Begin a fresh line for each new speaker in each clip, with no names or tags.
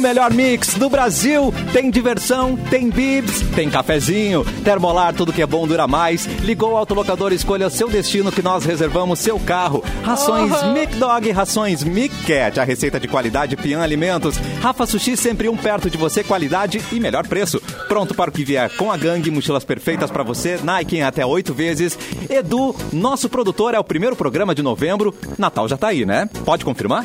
melhor mix do Brasil. Tem diversão, tem bibs, tem cafezinho. Termolar, tudo que é bom dura mais. Ligou o autolocador, escolha seu destino que nós reservamos seu carro. Rações Mic Dog, rações Mic Cat, a receita de qualidade Pian Alimentos. Rafa Sushi, sempre um perto de você, qualidade e melhor preço. Pronto para o que vier com a gangue, mochilas perfeitas para você, Nike em até oito vezes. Edu, nosso produtor, é o primeiro programa de novembro. Natal já tá aí, né? Pode confirmar?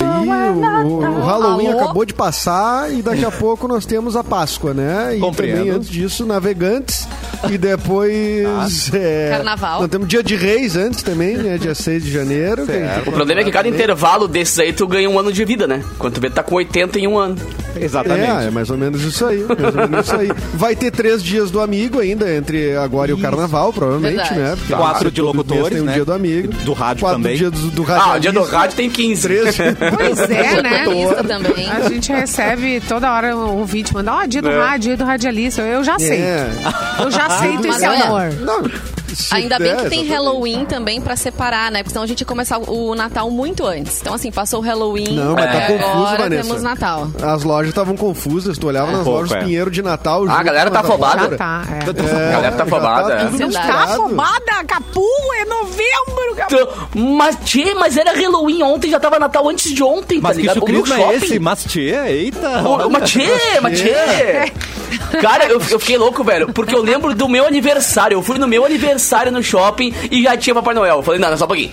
Ih, o, o Halloween
é Alô?
acabou de passar e daqui a pouco nós temos a Páscoa, né? E
Compreendo.
também antes disso, navegantes e depois. é,
Carnaval.
Nós temos dia de reis antes também, né? Dia 6 de janeiro. que a gente
Certo.
O problema é que cada intervalo desses aí tu ganha um ano de vida, né? Quando tu vê, tu tá com 81 anos.
É, é mais ou menos isso aí. mais ou menos isso aí. Vai ter três dias do amigo ainda, entre agora e o carnaval, provavelmente,
Verdade.
né? Porque
Quatro de
todo mês
locutores,
Tem um
né?
dia do amigo.
Do rádio
quatro
também.
dias do, do
Ah, o dia do
radialista,
rádio tem 15.
Três
Pois é, né?
Jornalista também.
A gente recebe toda hora um ouvinte mandando, ó, dia do rádio, dia do radialista. Eu já aceito. Eu já aceito
Mas
esse
olha,
amor.
É. Não, é, se
Ainda bem
der,
que tem
exatamente.
Halloween também pra separar, né? Porque senão a gente ia começar o Natal muito antes. Então, assim, passou o Halloween.
Não, mas tá
É,
e
confuso,
agora
Vanessa.
temos Natal.
As lojas estavam confusas, tu olhava nas
pouco,
lojas
é.
Pinheiro de Natal.
Ah, a
junto
galera
com
tá
as abóbora.
afobada.
Já tá, é.
A galera tá
já
afobada.
tudo
Não tá
Tá
misturado.
afobada, Capu, é novembro, Capu.
Tu- Mas, tchê, mas era Halloween ontem, já tava Natal antes de ontem,
Mas
tá
que
ligado? O meu
chucrismo é
shopping-
esse? Mas tia, eita!
Ô, Mas tchê, mas tchê. Cara, eu, eu fiquei louco, velho, porque eu lembro do meu aniversário. Eu fui no meu aniversário no shopping e já tinha Papai Noel. Eu falei, não, não, só um pouquinho.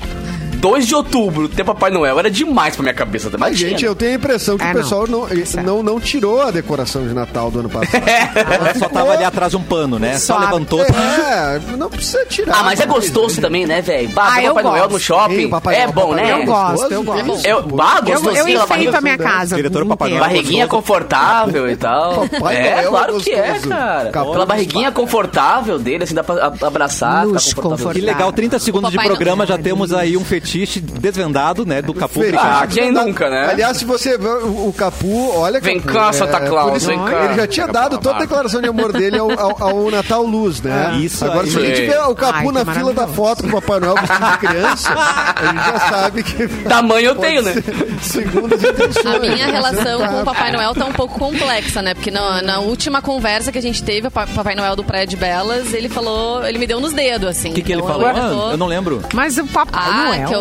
2 de outubro, ter Papai Noel era demais pra minha cabeça.
Mas,
Mas,
gente,
tinha.
eu tenho a impressão que
É,
o
não.
pessoal não,
Certo.
não, não tirou a decoração de Natal do ano passado.
Ela só tava ali atrás de um pano, né? Só
Suave.
levantou.
é, não precisa tirar.
Ah, mas é
né?
gostoso também, né, velho? Bah,
Ah,
ter
eu
Papai Noel
gosto.
no shopping
Ei, Papai
é
Noel,
bom,
Papai
né?
Noel
Eu gosto, eu
gostoso,
gosto.
Eu- bah,
Eu,
gostoso.
eu
É Ah, Gostosinho na
enfeito
barriga.
a minha casa.
Diretor
com
Papai
um
Noel.
tempo.
Barriguinha confortável e tal.
Papai
é,
Noel
claro
é
que é,
gostoso.
cara.
Capaz
Aquela
de
barriguinha confortável dele, assim, dá pra a- abraçar,
Luxo,
ficar confortável.
Que legal, 30 segundos de
Papai
programa, já
Noel.
temos aí um fetiche desvendado, né? Do Capu.
Feliz.
Ah, quem nunca, né?
Aliás, se você vê o, o Capu, olha...
Vem
Capu, é,
cá, Santa Claus,
por isso-
vem cá.
Ele já tinha dado toda a declaração de amor dele ao, ao- ao Natal Luz, né?
Ah, isso
Agora,
aí.
se a gente vê o Capu
É, Ai,
na
que
fila da
maravilhoso.
foto com o Papai Noel vestido de criança, a gente já sabe que...
Tamanho eu tenho, né?
Segundas intenções.
A minha relação com o Papai Noel tá um pouco complexa, né? Porque na, na última conversa que a gente teve, o Pa- Papai Noel do Prédio Belas, ele falou... Ele me deu nos dedos, assim.
O que, que ele
Então,
falou?
agora
Ah,
tô-
eu não lembro.
Mas o Papai
Ah,
Noel.
que eu...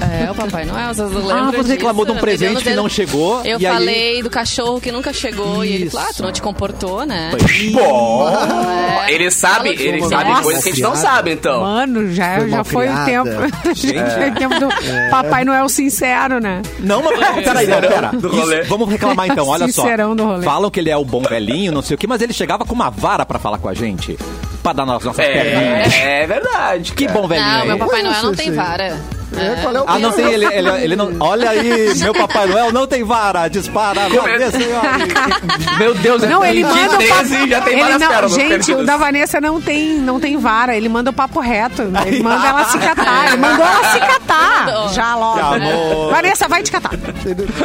É, o Papai Noel, vocês não lembram
Ah, você reclamou de
disso?
um
Me deu
presente
nos
que não
dedos.
chegou.
Eu
e aí-
falei do cachorro que nunca chegou e ele
Isso.
falou, ah, tu não te comportou, né?
Pô,
É.
ele sabe, ele
Nossa.
sabe coisas que a gente não sabe, então.
Mano, já foi, já foi o tempo.
malcriada.
Gente, É. foi o tempo do Papai Noel sincero, né?
Não, mas peraí, não, pera.
Do rolê.
Isso, vamos reclamar então, olha só.
Sincerão do rolê.
Falam que ele é o bom velhinho, não sei o que, mas ele chegava com uma vara pra falar com a gente. Pra dar nas nossas perninhas.
É, é verdade.
Que bom velhinho
Não,
é
meu
ele.
Papai
Eu não
Noel
sei
não
se-
tem vara.
É, qual é o
Ah, não
problema?
tem, ele, ele, ele não... Olha aí, meu Papai Noel não tem vara, dispara. Vanessa, olha.
Meu Deus,
Não, ele
de
manda o
13
papo...
já tem
ele
várias
não-
pérolas
Gente, o
perdidas.
da Vanessa não tem, não tem vara. Ele manda o papo reto. Ele manda ela se catar. Ele mandou ela se catar.
Mandou.
Já logo. né?
Que amor.
Vanessa, vai te catar.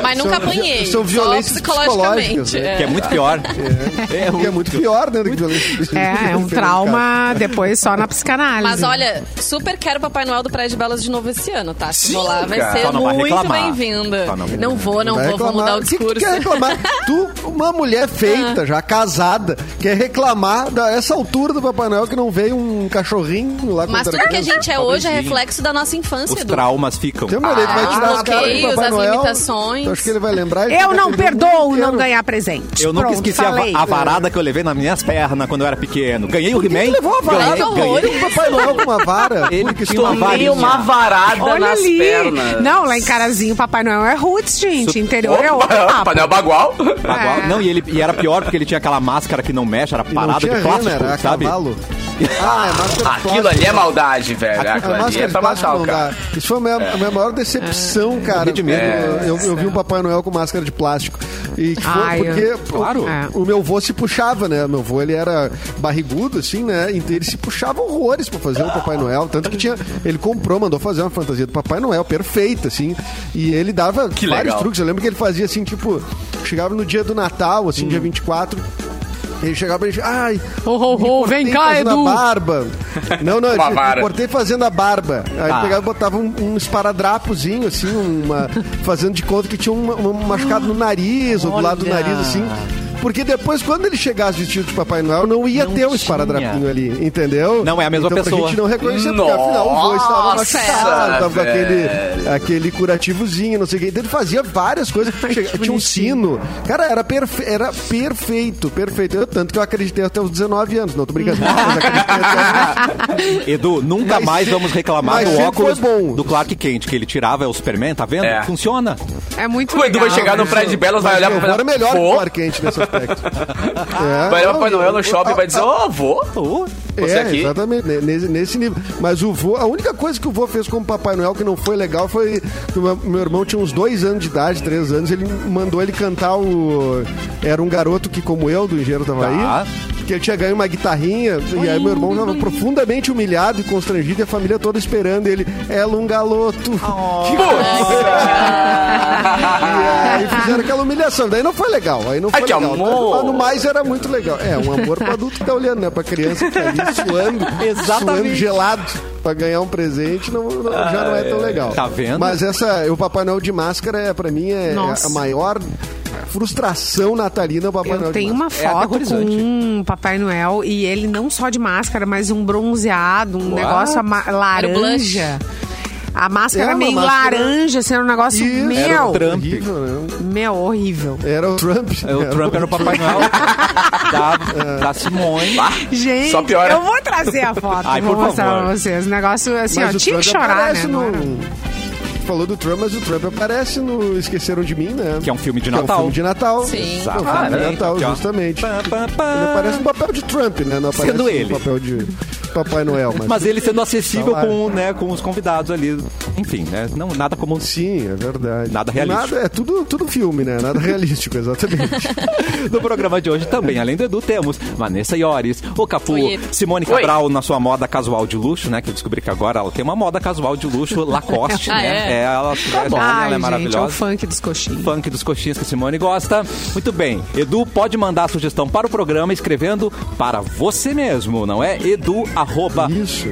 Mas nunca apanhei,
São
só
violências
psicologicamente,
psicológicas. né?
é.
Que é muito pior. É,
Que é muito pior, né? Do que violência psicológica. né?
É, é um trauma depois só na psicanálise.
Mas olha, super quero o Papai Noel do Prédio Belas de novo esse ano, tá? Se
Sim,
vou lá, vai
cara.
ser
Só não vai
muito
reclamar.
bem-vinda.
Só não
Não,
vai
vou, não
Vai
vou, vou mudar o
O que é? que tu
discurso. Ah.
quer reclamar? tu, uma mulher feita, já casada, quer reclamar da essa altura do Papai Noel que não veio um cachorrinho lá com
Mas
o
tudo que a gente é
Talvez
hoje é
sim.
reflexo da nossa infância,
É, Os
Edu.
traumas ficam.
Tem um uma mulher que vai
Ah,
tirar
os
a cara do
bloqueios,
Papai
as
Noel.
limitações.
tu acha que ele vai lembrar. e
Eu
vai
não
perder o mundo
perdoo não
inteiro.
ganhar presente.
Eu nunca
Pronto,
esqueci a,
falei.
va- a varada que eu levei nas minhas pernas quando eu era pequeno. Ganhei o He-Man.
levou a varada, Tá
ganhei-
horror?
ganhei-
O um Papai Noel com uma vara.
Ele
porque
tinha
tu-
uma
Tomei
varinha.
uma varada
Olha
nas
ali.
pernas.
Não, lá em Carazinho, Papai Noel é roots, gente. Interior é outro papo.
Papai Noel Bagual.
Agora-
É.
Não, e ele e era pior porque ele tinha aquela máscara que não mexe, era
Ah. E não
parada de
tinha
plástico,
rena, era
sabe?
cavalo. Ah, é máscara de
Aquilo ali é
plástico.
maldade, velho.
A
Aquilo ali
máscara
é
de
pra
plástico
matar
não
o cara.
dá. Isso foi a minha, a minha maior decepção, cara.
de medo.
Eu- Eu, eu vi um Papai Noel com máscara de plástico. E que foi
Ai,
porque,
eu-
claro,
É.
o meu vô se puxava, né? Meu vô, ele era barrigudo, assim, né? Então ele se puxava horrores pra fazer o Papai Noel. Tanto que tinha... Ele comprou, mandou fazer uma fantasia do Papai Noel, perfeita, assim. E ele dava vários
legal. Hum.
truques. Eu lembro que ele fazia, assim, tipo... Chegava no dia do Natal, assim, dia 24... Ele chegava pra gente, ai,
Ho, ho,
me
ho,
cortei
vem cá,
fazendo
Edu.
a barba. Não, não,
Uma
eu
vara.
cortei fazendo a barba. Aí
Ah.
pegava e botava um, um esparadrapozinho, assim, uma, fazendo de conta que tinha um, um machucado no nariz, ou do lado do
Olha.
nariz, assim. Porque depois, quando ele chegasse vestido de Papai Noel, não ia
Não
ter um
tinha.
esparadrapinho ali, entendeu?
Não, é a mesma
então,
pessoa.
Pra gente não reconhecer, porque afinal o vô estava
Nossa,
machucado, estava com
velho.
aquele aquele curativozinho, não sei o que. Então ele fazia várias coisas. Chega- tinha um sino. Cara, era, perfe- era perfeito, perfeito. Eu, tanto que eu acreditei até os 19 anos. Não, tô brincando. Mas acreditei até os-
Edu, nunca
Mas
mais
se-
vamos reclamar
mas
do
sempre
óculos
foi bom.
do Clark Kent, que ele tirava, é o Superman, tá vendo?
É.
Funciona.
É muito
O Edu vai
legal,
chegar no
né?
prédio de Belas, vai
Mas
olhar
meu
pra
avô era é melhor que o
Vou.
Clark Kent nesse aspecto. É,
Vai
não,
olhar pro Papai
eu-
Noel no shopping e
a-
vai dizer, ô, vô.
Uh,
Você
é,
aqui?
exatamente, ne- nesse, nesse nível. Mas o vô, a única coisa que o vô fez como Papai Noel que não foi legal foi que o meu, meu irmão tinha uns dois anos de idade, três anos, ele mandou ele cantar o. Era um garoto que, como eu, do Engenheiro da
Tá.
Bahia, que ele tinha ganho uma guitarrinha, e aí meu irmão tava profundamente humilhado e constrangido, e a família toda esperando ele. Ela um galoto. Que e aí fizeram aquela humilhação. Daí não foi legal. Aí não foi
Ai, que
legal.
amor.
Mas no mais era muito legal. É, um amor pro adulto que tá olhando, né? Pra criança que tá ali suando,
Exatamente.
suando gelado pra ganhar um presente, não, não- já não é tão legal.
Tá vendo?
Mas essa, o Papai Noel de máscara, é, pra mim, é
Nossa.
a maior frustração natalina o Papai
Eu
Noel de
tenho
máscara.
É
uma foto com
aterrorizante.
um Papai Noel e ele não só de máscara, mas um bronzeado, um negócio ama- laranja. A máscara
É, uma
meio
máscara-
laranja, assim, era um negócio
Isso.
meu.
Era o Trump.
Horrível, né?
Meu, horrível.
Era o Trump.
É, O Trump era o Papai Noel da, da Simone.
Gente,
Só piora.
eu vou trazer a foto,
Ai,
vou
por
mostrar
favor.
pra vocês. O negócio, assim,
Mas
ó,
o
tinha que
Trump
chorar, né?
aparece
Não era-
No... Falou do Trump, mas o Trump aparece no Esqueceram de Mim, né?
Que é um filme de
Que é
Natal.
um filme de Natal. É
Sim.
um filme de Natal,
Aqui, ó.
justamente.
Pá, pá, pá.
Ele aparece no papel de Trump, né? Não aparece
Sendo
no
ele.
papel de Papai Noel, mas...
Mas ele sendo acessível
Tá lá.
com, né, com os convidados ali. Enfim, né? Não, nada como.
Sim, é verdade.
Nada realístico.
Nada- é tudo, tudo filme, né? Nada realístico, exatamente.
No programa de hoje também, além do Edu, temos Vanessa Iores, o Cafu,
Oi.
Simone
Oi.
Cabral na sua moda casual de luxo, né? Que eu descobri que agora ela tem uma moda casual de luxo, Lacoste,
Ah,
né?
é?
ela, ela,
Ai,
é
gente, é o
maravilhosa.
funk dos coxinhos.
funk dos coxinhas que a Simone gosta. Muito bem, Edu pode mandar a sugestão para o programa escrevendo para você mesmo, não é? Edu arroba
Isso.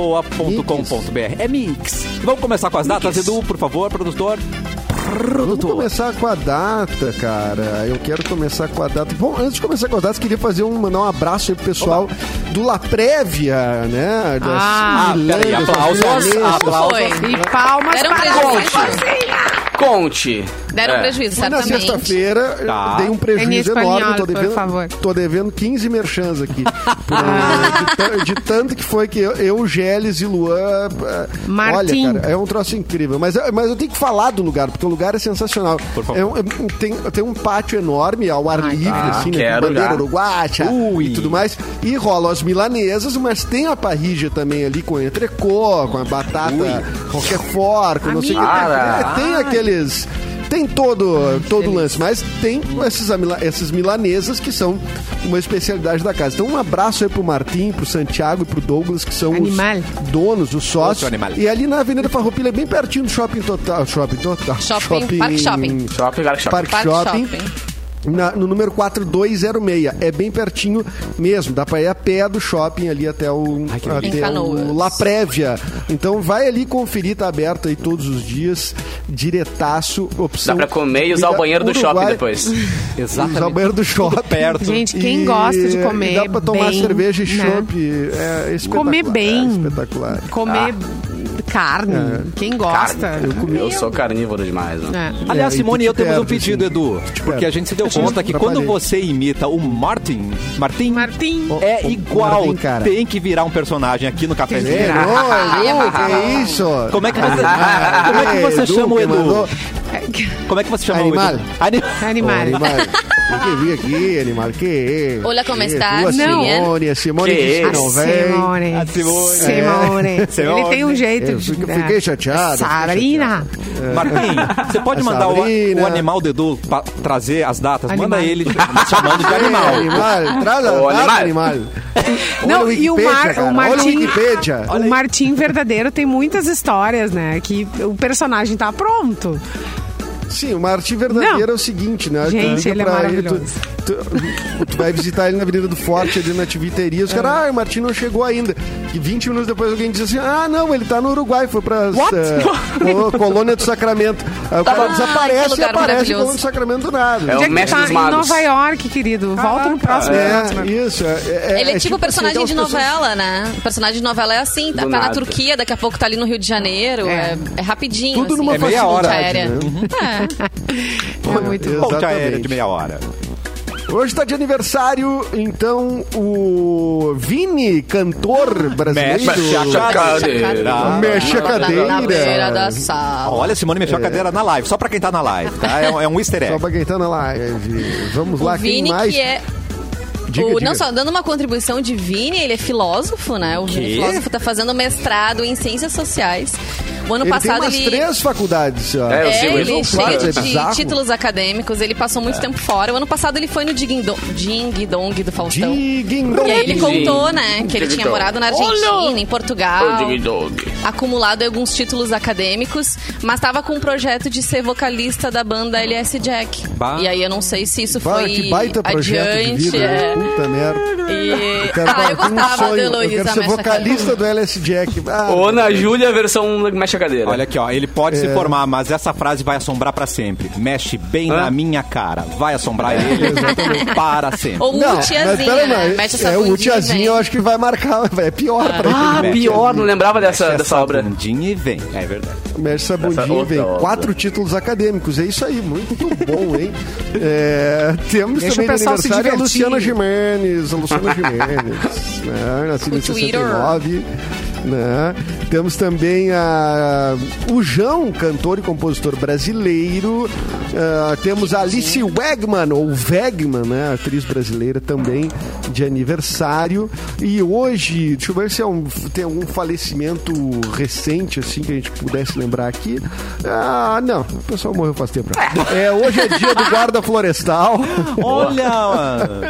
mixfmpoa.com.br. É mix. Vamos começar com as datas, Edu, por favor, produtor.
Vamos começar com a data, cara. Eu quero começar com a data. Bom, antes de começar com as datas, queria fazer um, mandar um abraço aí pro pessoal do La Prévia, né? Das
Ah,
Milanas,
peraí,
das
aplausos,
milanesas.
aplausos.
Foi.
E palmas
Deram
para
prejuízo.
a coxinha.
Conte.
Deram um
É.
prejuízo,
Fui na
certamente.
sexta-feira, eu
Tá.
dei um prejuízo
Denise
enorme.
Pagnoli,
Tô
por
devendo,
favor.
tô devendo 15 merchans aqui. Por, eh, de, tan- de tanto que foi que eu, eu Geles e Luan. eh,
Martim.
Olha, cara, é um troço incrível. Mas, eh, mas eu tenho que falar do lugar, porque o lugar é sensacional.
Por favor. tá.
É um- é um- tem, tem um pátio enorme ao ar livre, assim, né?
quero
com bandeira
já.
uruguacha
Ui.
e tudo mais. E rola as milanesas, mas tem a parrilla também ali com entrecô, com a batata roquefort, com não sei o que.
Cara.
É, tem aqueles. Tem todo, todo o lance, mas tem esses, amila- essas milanesas que são uma especialidade da casa. Então, um abraço aí pro Martim, pro Santiago e pro Douglas, que são
Animal.
os donos, os
Outro
sócios.
animal.
E ali na Avenida Farroupilha, bem pertinho do Shopping Total. Shopping Total.
Shopping- Parque Shopping.
Só pegar o
Parque
Parque
Shopping.
Shopping.
na- no número 4206. É bem pertinho mesmo. Dá pra ir a pé do shopping ali até o,
Ai, que
delícia.
até
Em Canoas.
o La Prévia. Então vai ali conferir, tá aberto aí todos os dias. Diretaço, opção.
Dá pra comer e usar o
Comida
banheiro do shopping
Uruguai.
depois.
Usar o
Exatamente.
banheiro do shopping.
perto.
Gente, quem
E-
gosta de comer
e Dá pra tomar
bem,
cerveja e
né?
chopp. É espetacular.
Comer bem.
É espetacular.
Comer carne, quem gosta.
Carne. Eu sou carnívoro demais, né?
É.
Aliás,
É, e
Simone e
tu
eu
te
temos um
perde,
pedido,
assim.
Edu.
Tu te
Porque
perde.
a gente se deu
Eu te
conta que quando
atrapalhei.
você imita o Martin. Martin?
Martim.
É
O- o
igual,
Martin, cara.
tem que virar um personagem aqui no cafezinho.
É, não, que isso?
Como é que você, como é que você
Edu,
chama o
que
Edu?
mandou.
Como é que você chama o
Animal.
Edu? Ani-
Animal.
Ô, animal. Tem que vir aqui, animal. Que
Olá, como estás?
Não.
Não.
Simone, a Simone
Que é?
disse que
A
não vem. Ah,
Ah,
É.
Simone.
A Simone.
Simone.
Simone.
Ele tem um jeito
Eu
de.
fico- fiquei chateado,
Sabrina.
Marquinhos, você pode
A
mandar o,
Sabrina.
o animal do Edu pra trazer as datas?
Animal.
Manda ele chamando de
Ei,
animal.
animal. Traz a
Ô,
data,
animal.
animal.
Não,
Olha
e o
Wikipedia,
Mar- o
cara. Olha o
Martim-
Wikipedia.
O Martim verdadeiro tem muitas histórias, né? Que o personagem tá pronto.
Sim, o Marte verdadeiro é o seguinte, né?
Gente,
liga
ele é
pra
maravilhoso.
tu, tu- tu vai visitar ele na Avenida do Forte, ali na Tiviteria. Os caras, ah, o Martim não chegou ainda. E 20 minutos depois alguém diz assim: ah, não, ele tá no Uruguai, foi pra
What?
eh, o- Colônia do Sacramento. Aí o cara
Ah, que
desaparece e
lugar
aparece a
maravilhoso.
Colônia do Sacramento do nada.
É o
Onde é que
mestre
tá?
dos
Em
magos.
Nova York, querido. Volta no próximo. né?
É, isso. é- é-
Ele é, tipo
assim,
personagem
então as
de
pessoas-
novela, né? O personagem de novela é assim, tá,
Do
tá na
nada.
Turquia, daqui a pouco tá ali no Rio de Janeiro.
É.
É, é rapidinho.
Tudo
assim,
numa
É meia
facilidade,
hora.
aérea.
né?
É.
É muito bom.
Ponte aérea
Exatamente.
de meia hora.
Hoje tá de aniversário, então o Vini, cantor brasileiro.
Mexe a cadeira.
Mexe a cadeira.
Na beira da
Ah.
sala.
Olha, a Simone mexeu a cadeira na live, só pra quem tá na live, tá? É, um- é um easter
É. Só
egg.
pra quem tá na live. Vamos lá,
o Vini,
quem mais?
que é.
Diga,
o-
diga.
Não só dando uma contribuição de Vini, ele é filósofo, né? O Vini
Quê?
é filósofo tá fazendo mestrado em ciências sociais. O ano
Ele
passado
tem umas
ele.
três faculdades. ó.
É, eu
É,
sigo
ele
ele.
cheio
Claro, é
de, de
bizarro. É.
títulos acadêmicos, ele passou muito tempo fora. O ano passado ele foi no Ding Dong, Ding Dong do Faustão.
Diguinho.
então. E aí ele
Sim.
contou, né, que ele
Ding
tinha
Dong.
morado na Argentina, em Portugal,
Ô, Dig Dog.
acumulado alguns títulos acadêmicos, mas estava com um projeto de ser vocalista da banda LS Jack.
Bah.
E aí eu não sei se isso
Bah,
foi
que baita projeto
adiante.
de vida.
é.
né? Puta merda.
E...
Eu quero-
Ah, eu
tenho um
gostava
sonho,
da
Eu
Heloísa
quero ser
Messa
vocalista do LS Jack. Ah,
Ô, Ana Júlia, versão mexe a cadeira.
Olha aqui, ó. Ele pode se
É.
formar, mas essa frase vai assombrar pra sempre. Mexe bem
Hã?
na minha cara. Vai assombrar ele para sempre.
Ou
Não,
o
mas
Tiazinha,
peraí,
né?
mas
Mete essa né?
é, o
bundinha e
Tiazinha
vem.
eu acho que vai marcar, é pior pra ele.
Ah,
Mexe
pior,
ali.
não lembrava dessa,
Mexe
dessa
essa
obra.
bundinha e vem. É verdade.
Mexe essa bundinha,
outra
vem.
obra.
Quatro títulos acadêmicos. É isso aí, muito bom, hein? É, temos
Deixa
também
o
de
pessoal se
aniversário a
divertir.
Luciana Gimenez, a Luciana Gimenez, né? Nascida em
O Twitter.
69. Né? Temos também a, o João, cantor e compositor brasileiro. Ah, temos a Alice Wegman, ou Wegman, né? atriz brasileira também, de aniversário. E hoje, deixa eu ver se é um, tem algum falecimento recente, assim, que a gente pudesse lembrar aqui. Ah, não, o pessoal morreu faz tempo. É, hoje é dia do guarda florestal,
Olha! mano.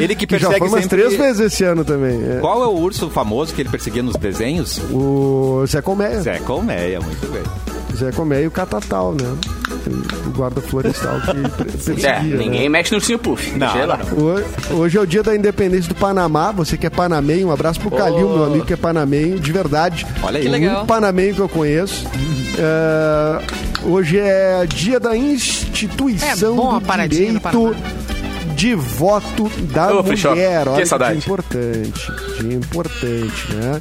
ele que
que já
persegue
foi umas
sempre...
três vezes esse ano também. É.
Qual é o urso famoso que ele perseguia nos desenhos?
O Zé Colmeia.
Zé Colmeia, muito bem.
Zé Colmeia e o Catatal, né? O guarda florestal que per- perseguia.
É, ninguém
né?
mexe no ursinho puff.
Não,
Deixa ele lá.
não.
Hoje, hoje é o dia da independência do Panamá. Você que é panameio, um abraço pro Calil, meu amigo que é panameio, de verdade.
Olha aí.
Que
O
legal.
único panameio que eu conheço. É, hoje é dia da instituição
É bom a
do
paradinha no
direito de voto da
Ô, Freixó,
mulher.
que
Olha
saudade.
de importante, de importante, né?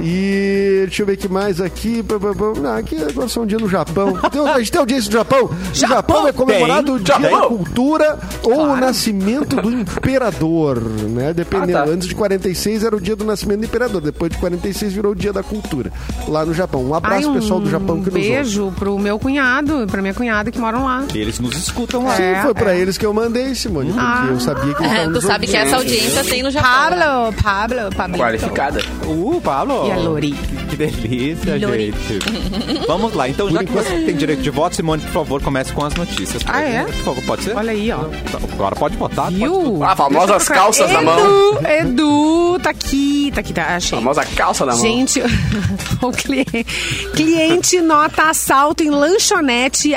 E deixa eu ver o que mais aqui. Pá, pá, pá. Não, aqui agora são um dia no Japão. Tem, a gente tem audiência do Japão. O Japão é comemorado o dia
Japão.
da cultura ou o nascimento do imperador, né? Dependendo.
Ah, tá.
Antes de 46 era o dia do nascimento do imperador. Depois de 46 virou o dia da cultura. Lá no Japão. Um
Ai,
abraço,
um
pessoal do Japão que nos ouve.
beijo pro meu cunhado, e pra minha cunhada que moram lá.
Eles nos escutam lá.
Sim,
É,
foi pra
é.
eles que eu mandei, Simone, porque
Ah.
eu sabia que eles
É,
estavam
tu
tá nos
sabe que
ouvindo.
essa audiência tem no Japão. né?
Pablo, Pablo, Pablo.
Qualificada.
Então.
Uh, Pablo!
E a Lori?
Que delícia,
Lori.
gente. Vamos lá. Então, já que você tem direito de voto, Simone, por favor, comece com as notícias.
Ah, é?
Por favor, pode ser?
Olha aí, ó.
Agora pode votar. pode tudo.
Viu?
Ah, famosas
Deixa eu procurar.
calças na mão.
Edu, Edu, tá aqui, tá aqui, tá, achei.
Famosa calça na mão.
Gente, o cliente, cliente nota assalto em lanchonete,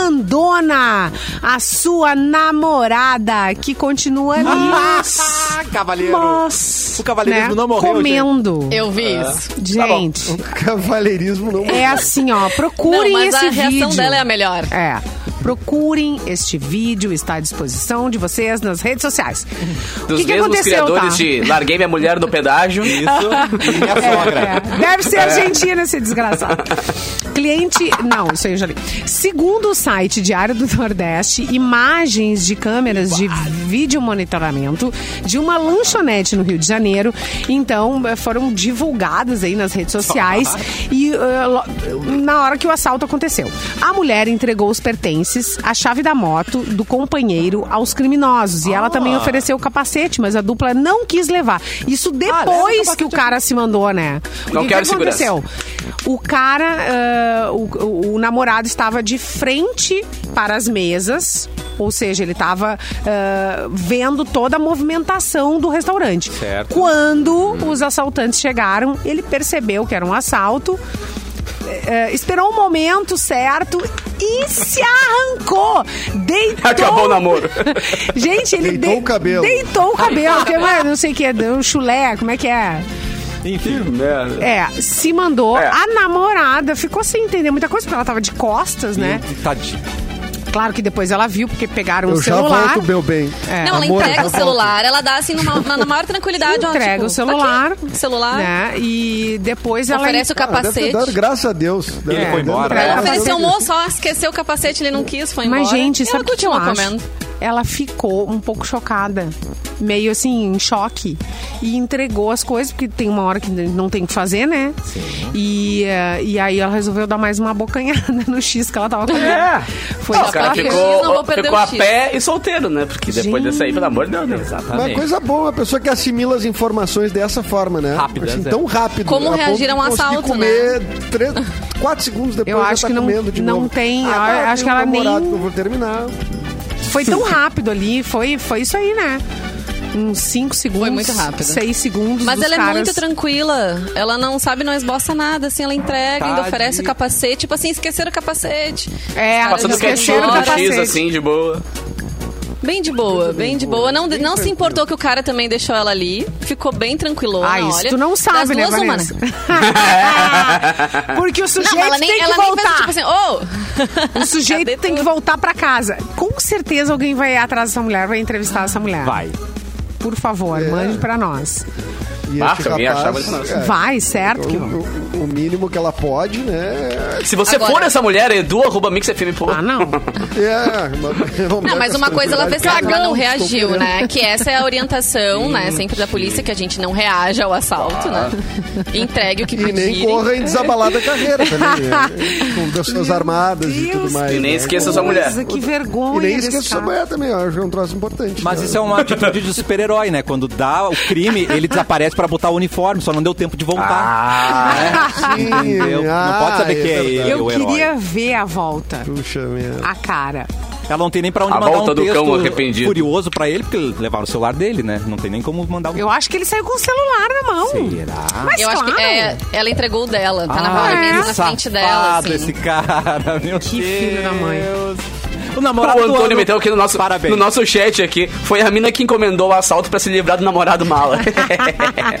abandona a sua namorada, que continua ali.
Ah, cavaleiro!
Mas,
O cavaleirismo não morreu,
né? Comendo.
Eu vi
É.
isso.
Gente,
Cavaleirismo não
é assim, ó.
Não,
Procurem
mas
esse
a reação
vídeo.
dela é a melhor.
É. Procurem este vídeo, está à disposição de vocês nas redes sociais. o
Dos
que, que
mesmos
aconteceu,
criadores
tá?
de Larguei Minha Mulher no Pedágio.
Isso. E minha sogra.
É, deve ser argentina esse desgraçado. Cliente. Não, isso aí eu já li. Segundo o site Diário do Nordeste, imagens de câmeras de vídeo monitoramento de uma lanchonete no Rio de Janeiro, então eh, foram divulgadas aí nas redes sociais e eh, lo- na hora que o assalto aconteceu. A mulher entregou os pertences, a chave da moto do companheiro aos criminosos e ela também ofereceu o capacete, mas a dupla não quis levar. Isso depois Ah, que o cara se mandou, né?
Não
o que,
quero
que aconteceu? O cara, ah, o- o, o namorado estava de frente para as mesas, ou seja, ele estava ah, vendo toda a movimentação do restaurante.
Certo.
Quando os assaltantes chegaram, ele percebeu que era um assalto. eh, esperou o momento certo e se arrancou. Deitou.
Acabou
Então,
o namoro.
Gente, ele
Deitou
dei-
o cabelo.
Deitou o cabelo. que, mano, não sei o que, deu um chulé, como é que é?
Enfim.
merda.
É, se mandou.
É.
A namorada ficou sem entender muita coisa, porque ela tava de costas, né?
Tadinho.
Claro que depois ela viu, porque pegaram
Eu
o
já
celular.
volto, meu bem.
É.
Não, ela
Amor, tá eu
entrega
já
o
volto.
celular, ela dá assim numa, na, na maior tranquilidade. ó,
Entrega
tipo,
o celular.
tá aqui, celular.
É.
Né? E depois ela.
Oferece o
Ah, deve ter
capacete.
dado, graças a Deus. Deve
ele
ter
foi
dado
embora,
graças
né?
Ela
a Deus.
ofereceu um moço, ó, esqueceu o capacete, ele não quis, foi embora.
Mas, gente,
E
sabe
ela
o que eu
continua
acho?
comendo.
Ela ficou um pouco chocada, meio assim, em choque. E entregou as coisas, porque tem uma hora que não tem o que fazer, né? E, eh, e aí ela resolveu dar mais uma bocanhada no X que ela tava comendo.
É.
Foi
Não,
isso
o
que
cara
ela fez.
X, não
ficou,
vou perder
ficou
o
a
X.
pé e solteiro, né? Porque depois
Gente.
dessa aí, pelo amor de Deus, né?
Uma
Exatamente.
coisa boa, a pessoa que assimila as informações dessa forma, né?
Rápidas,
assim,
é.
né?
tão rápido.
Como
a ponto
reagir a um
de conseguir
assalto,
comer Três, quatro segundos depois
né? Eu
já
acho
tá
que não-
comendo de
não
novo.
tem, eu
eu
acho que
tenho
ela
um
nem-
namorado que Eu vou terminar.
Foi tão rápido ali, foi, foi isso aí, né? Uns 5 segundos.
muito rápido.
6 segundos.
Mas
dos
ela é
caras.
muito tranquila. Ela não sabe, não esboça nada, assim, ela entrega, ainda
Tadinha.
oferece o capacete, tipo assim, esqueceram o capacete.
É,
Os caras
Passando
já foram
esqueceram
quietinho
do
embora.
no X,
capacete.
assim, de boa.
Bem de boa, bem de boa. Não,
bem
não se
tranquilo.
importou que o cara também deixou ela ali. Ficou bem tranquilo.
Ah, isso
olha,
tu não
das
sabe, né,
duas, uma,
Vanessa?
né?
Porque o sujeito
Não, ela nem,
tem que
ela nem
voltar.
fez tipo assim, ô!
O sujeito
Cadê
tem que
tu?
voltar pra casa. Com certeza alguém vai atrás dessa mulher, vai entrevistar essa mulher.
Vai.
Por favor, mande pra nós.
E
Ah,
esse
alguém
rapaz,
achava isso, não.
é,
Vai, certo? que-
o, o- o mínimo que ela pode, né?
Se você
Agora-
for essa mulher, edu, arroba mixfm, pô.
Ah, não.
É, uma,
Não, mas uma coisa ela fez certo,
Cagão,
ela não
estou
reagiu,
querendo.
né? Que essa é a orientação, né, sempre da polícia, que a gente não reaja ao assalto, né? Entregue o que
E nem
pedirem.
corra em desabalada carreira também. né? Com pessoas armadas e tudo
Deus.
mais.
E nem
né?
esqueça
Com-
sua mulher.
Nossa, Que
E
vergonha.
nem
desse
esqueça sua
cara.
mulher também, eu acho que é um troço importante.
Mas
né?
isso é uma atitude de super-herói, né? Quando dá o crime, ele desaparece pra botar o uniforme, só não deu tempo de voltar.
Ah,
Sim,
Entendeu? Não pode saber quem é
verdade.
ele.
Eu
o herói.
queria ver a volta.
Puxa, merda.
A cara.
Ela não tem nem pra onde
A
mandar
volta
um
do
texto
cão arrependido.
furioso pra ele, porque levaram o celular dele, né? Não tem nem como mandar um...
Eu acho que ele saiu com o celular na mão.
Será?
Mas
Eu acho
claro.
que é, ela entregou o dela, tá na
Ah,
hora mesmo
que
na frente dela,
safado
assim.
esse cara, meu
Que
Deus.
filho da mãe.
O namorado
o
do
Antônio
ano-
meteu aqui no nosso,
Parabéns.
no nosso chat aqui. Foi a mina que encomendou o assalto pra se livrar do namorado mala.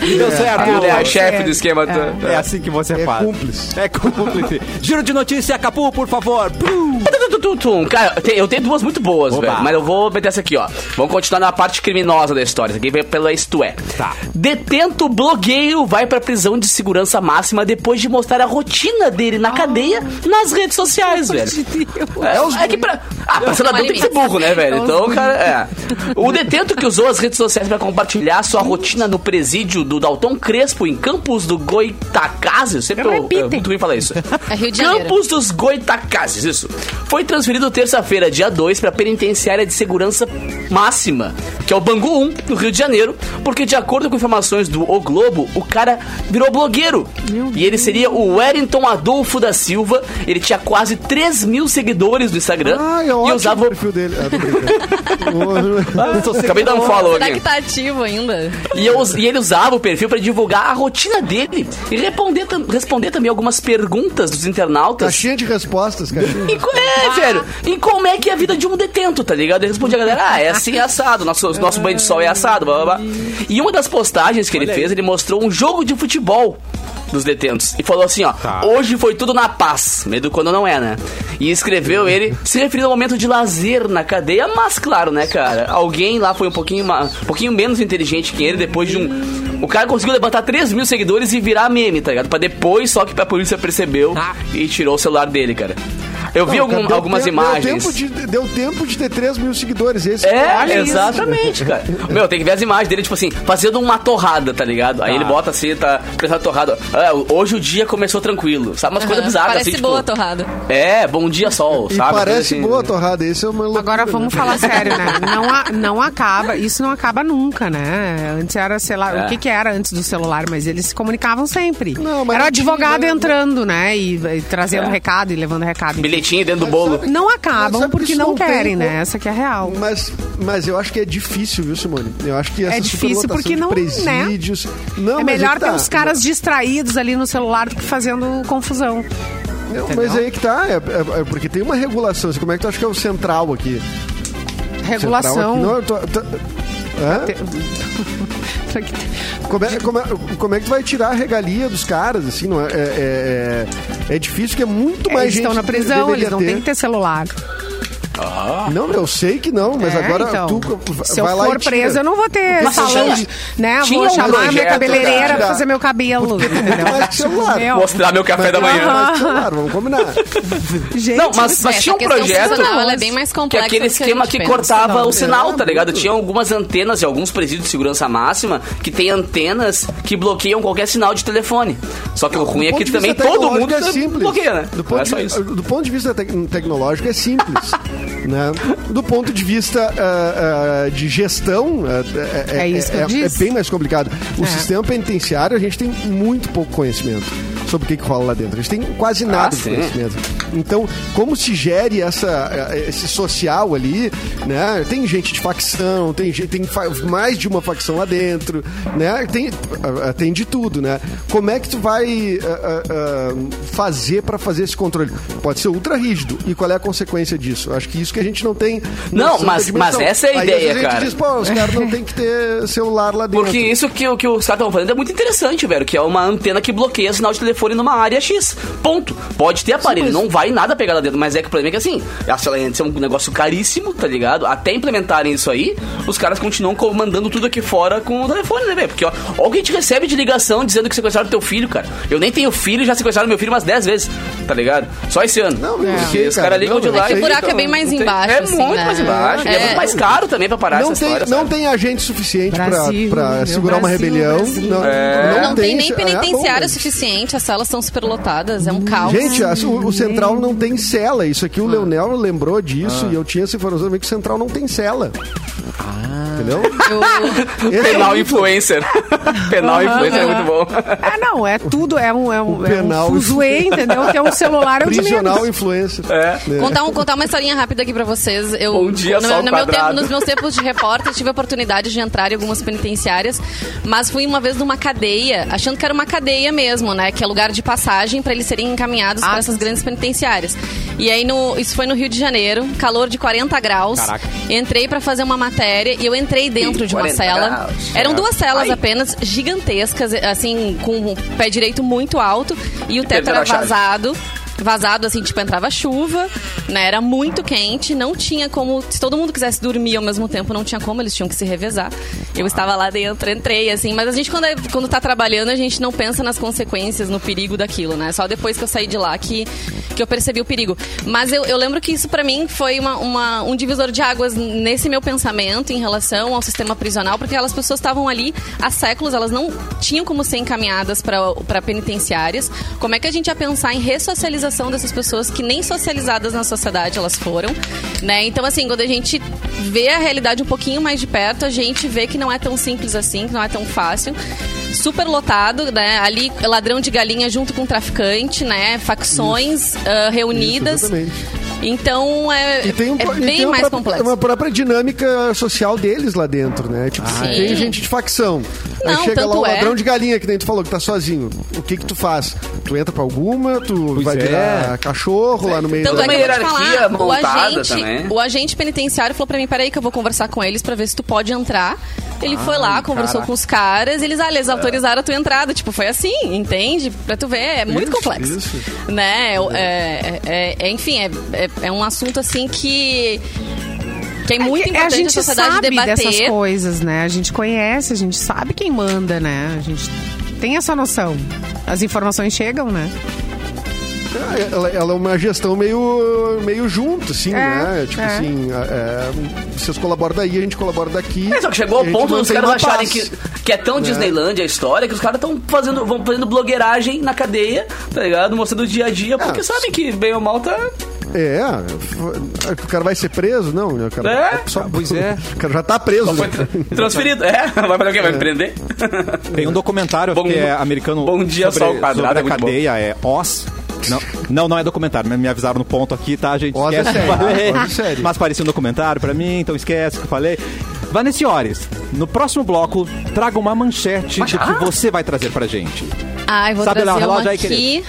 Deu certo.
a mulher,
Lua.
a chefe do esquema.
É assim que você
É
faz.
cúmplice.
É cúmplice. Giro de notícia, Capu, por favor. Pum.
Tum-tum-tum-tum. Cara, eu te- eu tenho duas muito boas,
Oba.
velho. Mas eu vou meter essa aqui, ó. Vamos continuar na parte criminosa da história. Isso aqui veio pela Isto É.
Tá.
Detento blogueiro vai pra prisão de segurança máxima depois de mostrar a rotina dele na cadeia nas redes sociais, velho. É, os- é que pra. Ah, pra senador tem que ser burro, né, velho? Então, cara, é. O detento que usou as redes sociais pra compartilhar sua rotina no presídio do Dalton Crespo, em Campos do Goitacazes, sempre eu,
Repitem.
eu, muito bem falar isso.
É Rio de Janeiro.
Campos dos Goitacazes, isso. Foi transferido terça-feira, dia 2, pra penitenciária de segurança máxima, que é o Bangu 1, no Rio de Janeiro, porque de acordo com informações do O Globo, o cara virou blogueiro. E ele seria o Wellington Adolfo da Silva, ele tinha quase 3 mil seguidores no Instagram
Ah, é
e
ótimo o
usava...
perfil dele. Ah, tô brincando.
Acabei de dar um follow
Será que
aqui.
tá ativo ainda?
E, eu us- e ele usava o perfil pra divulgar a rotina dele e responder, tam- responder também algumas perguntas dos internautas.
Caixinha de respostas, caixinha.
E, co- é, velho. E como é que é a vida de um detento, tá ligado? Ele respondia a galera, ah, é assim, é assado. Nosso, nosso banho de sol é assado, blá, blá, blá. E uma das postagens que ele fez, ele mostrou um jogo de futebol dos detentos. E falou assim, ó, hoje foi tudo na paz. Medo quando não é, né? E escreveu ele, se referindo ao momento de lazer na cadeia, mas claro, né, cara? Alguém lá foi um pouquinho, ma- um pouquinho menos inteligente que ele, depois de um... O cara conseguiu levantar 3 mil seguidores e virar meme, tá ligado? Pra depois, só que a polícia percebeu e tirou o celular dele, cara. Eu vi
Não,
algum-
deu
algumas
tempo-
imagens.
Deu tempo, de, deu tempo de ter 3 mil seguidores. Esse
É,
Olha isso.
exatamente, cara. Meu, tem que ver as imagens dele, tipo assim, fazendo uma torrada, tá ligado? Aí ele bota assim, tá pensando torrada. Ah, hoje o dia começou tranquilo, sabe? Umas coisas bizarras,
Parece
assim,
boa a
tipo,
torrada.
É, bom dia, sol,
E
sabe?
parece
Coisa assim,
boa a
né?
torrada. Esse é uma loucura,
Agora vamos
né?
falar sério, né? Não, a- não acaba, isso não acaba nunca, né? Antes era, sei lá,
É.
o que, que era antes do celular, mas eles se comunicavam sempre.
Não, mas
era o
não tinha,
advogado
né?
entrando, né? E, e trazendo
É.
recado e levando recado. enfim.
biscoitinho dentro do bolo.
Não
Mas
acabam
É, sabe que
porque
isso
não
não tem
querem, né?
como-
Essa que é a real.
Mas, mas eu acho que é difícil, viu, Simone? Eu acho que essa
É difícil
superlotação
porque
de
não, né?
presídios. Não,
é
mas
melhor
que tá.
ter os caras distraídos ali no celular do que fazendo confusão.
Não,
entendeu?
mas aí que tá, é, é- é porque tem uma regulação. assim, Como é que tu acha que é o central aqui? Central
Regulação.
aqui- não, eu tô- tô- Hã?
Pra que te-
Como é, como, é, como é que tu vai tirar a regalia dos caras, assim? Não é, é, é, é difícil, que é muito mais
Eles
gente
estão na
que
prisão,
deveria Ah.
eles não têm que ter celular.
Não, eu sei que não, mas
É,
agora
então.
tu vai
Se eu
lá e
for
tira.
presa, eu não vou ter
Mas
salão
tinha-
de. Né?
tinha
Vou
um
chamar a minha
projeto,
cabeleireira
cara.
pra fazer meu cabelo. entendeu?
mais celular.
Meu,
Mostrar meu café da manhã.
Mas, claro, vamos combinar.
gente,
Não, mas, mas
é, essa
tinha um
questão
projeto.
funcional, ela é bem mais
Que é
complexa
aquele
do que a
esquema
gente
que
pensa.
cortava o sinal,
é,
tá ligado?
muito.
Tinha algumas antenas e alguns presídios de segurança máxima que tem antenas que bloqueiam qualquer sinal de telefone. Só que o ruim é
Do ponto
que
de
também
vista
todo
tecnológico
mundo
é simples.
bloqueia, né?
Do ponto,
é só
de,
isso.
do ponto de vista tec- tecnológico é simples, né? Do ponto de vista ah, ah, de gestão ah, é,
É isso que eu disse.
é bem mais complicado. O
É.
sistema penitenciário a gente tem muito pouco conhecimento sobre o que, que rola lá dentro. A gente tem quase nada de
Ah, sim.
conhecimento. Então, como se gere essa, ah, esse social ali, né? Tem gente de facção, tem, gente- tem fa- mais de uma facção lá dentro, né? Tem, ah, ah, tem de tudo, né? Como é que tu vai ah, ah, ah, fazer para fazer esse controle? Pode ser ultra rígido. E qual é a consequência disso? Acho que isso que a gente não tem.
Não,
noção da
mas-
dimensão.
mas essa é a
Aí,
ideia,
às vezes,
cara.
A gente diz, pô, os caras não tem que ter celular lá dentro.
Porque isso que, o- que os caras estão falando é muito interessante, velho. Que é uma antena que bloqueia sinal de telefone numa área X. Ponto. Pode ter aparelho, não vai nada pegar lá dentro. Mas é que o problema é que assim, essa lente é um negócio caríssimo, tá ligado? Até implementarem isso aí, os caras continuam comandando tudo aqui fora com o telefone, né, velho? Porque ó, olha o que a gente recebe de ligação dizendo que sequestraram teu filho, cara. Eu nem tenho filho e já sequestraram meu filho umas 10 vezes, tá ligado? Só esse ano.
Não, eu
Porque
sei,
os
cara.
caras ligam
Não,
de
eu
lá.
sei.
e
O buraco é
então,
bem mais
não tem-
embaixo,
É
assim,
muito
né?
mais embaixo. É,
É.
muito mais caro também pra parar
Não
essa
tem,
história.
não
sabe?
tem agente suficiente pra-
Brasil,
pra
meu
segurar uma
Brasil,
rebelião.
Brasil.
Não,
É.
Não tem
é,
nem
é bom,
penitenciário
né?
suficiente, as salas são superlotadas, é um caos.
Gente, a- o, o Central não tem cela. Isso
Ah.
aqui o Leonel lembrou disso e eu tinha essa informação também que o Central não tem cela. Entendeu? Esse é
Ah. Penal
o-
influencer. Penal influencer é muito bom.
Ah, não, é tudo, é um, é um,
O
é um
penal-
fuzuê, entendeu? Ter um celular é um de menos.
Prisional influencer. É.
Contar, um- contar uma historinha rápida aqui pra vocês. Eu,
Bom Um dia,
no,
sol
no meu
quadrado.
tempo, Nos meus tempos de repórter, tive a oportunidade de entrar em algumas penitenciárias, mas fui uma vez numa cadeia, achando que era uma cadeia mesmo, né? Que é lugar de passagem pra eles serem encaminhados pra essas grandes penitenciárias. E aí, no- isso foi no Rio de Janeiro, calor de 40 graus.
Caraca.
Entrei pra fazer uma matéria e eu entrei dentro
Ih,
de uma
40
cela.
graus.
Eram duas celas
Ai.
apenas, gigantescas, assim, com o pé direito muito alto e o teto
perderam
era
a chave.
vazado vazado. Vazado, assim, tipo, entrava chuva, né? Era muito quente, não tinha como. Se todo mundo quisesse dormir ao mesmo tempo, não tinha como, eles tinham que se revezar. Eu estava lá dentro, entrei, assim. Mas a gente, quando, é- quando tá trabalhando, a gente não pensa nas consequências, no perigo daquilo, né? Só depois que eu saí de lá que, que eu percebi o perigo. Mas eu, eu lembro que isso, pra mim, foi uma, uma- um divisor de águas nesse meu pensamento em relação ao sistema prisional, porque aquelas pessoas estavam ali há séculos, elas não tinham como ser encaminhadas para penitenciárias. Como é que a gente ia pensar em ressocialização dessas pessoas que nem socializadas na sociedade elas foram, né? Então assim, quando a gente vê a realidade um pouquinho mais de perto, a gente vê que não é tão simples assim, que não é tão fácil. Super lotado, né? Ali ladrão de galinha junto com traficante, né? Facções ah, reunidas.
exatamente.
então é,
E tem, um,
é
e
bem
tem uma
mais
própria-
complexo.
uma própria dinâmica social deles lá dentro, né? Tipo, se
é.
tem gente de facção. aí
Não,
chega lá
tanto
o
é.
ladrão de galinha, que nem tu falou, que tá sozinho. O que que tu faz? Tu entra pra alguma, tu
Pois
vai
é.
virar cachorro lá no meio
Tanto
da...
é que eu vou te
Uma
falar,
hierarquia
o
montada
agente,
também.
o agente penitenciário falou pra mim, peraí que eu vou conversar com eles pra ver se tu pode entrar. Ele foi lá, conversou com os caras, eles, ah,
É.
eles autorizaram a tua entrada. Tipo, foi assim, entende? Pra tu ver, é muito complexo. Né?
Uhum.
É, é- é- é- enfim, é, é- é um assunto assim que... Que é muito
É que
importante
a gente
sociedade
sabe
debater.
dessas coisas, né? A gente conhece, a gente sabe quem manda, né? A gente tem essa noção. As informações chegam, né?
Ah, Ela, ela é uma gestão meio, meio junto, assim,
É,
né? Tipo
é.
assim, a- é, vocês colaboram daí, a gente colabora daqui.
É, só que chegou
E
ao
a gente
ponto dos
mantém
caras
uma
acharem
paz.
que, que é tão Disneylandia a história que os caras estão fazendo, vão fazendo blogueiragem na cadeia, tá ligado? Mostrando o dia a dia, porque
Ah,
sabem que bem ou mal tá.
É, f- o cara vai ser preso? Não, né? O cara,
É?
só,
Pois é.
O cara já tá preso,
Foi
né?
tra- transferido. É, vai fazer o quê? Vai me prender?
Tem um documentário
Bom-
que é americano
Bom dia,
sobre,
sol
sobre
quadrado, é
a
muito bom.
cadeia, é Oz. Não, não, não é documentário, me- me avisaram no ponto aqui, tá, gente?
Olha
Esquece que
é sério,
falei.
olha sério.
Mas parecia um documentário pra mim, então esquece que eu falei. Vanessiores, no próximo bloco, traga uma manchete do
ah!
que você vai trazer pra gente.
Ai, vou
Sabe lá,
trazer uma
relógio aí,
aqui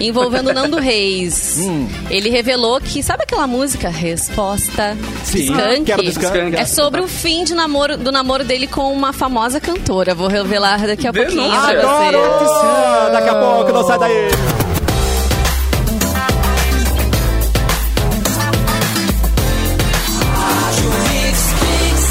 envolvendo o Nando Reis.
Hum.
Ele revelou que, sabe aquela música Resposta
Sim, Ah,
Skank?
quero do Skank.
É sobre o fim de namoro, do namoro dele com uma famosa cantora. Vou revelar daqui a
Denúncia.
pouquinho
Assim,
pra
é.
vocês.
Ah, Daqui a pouco, não sai daí.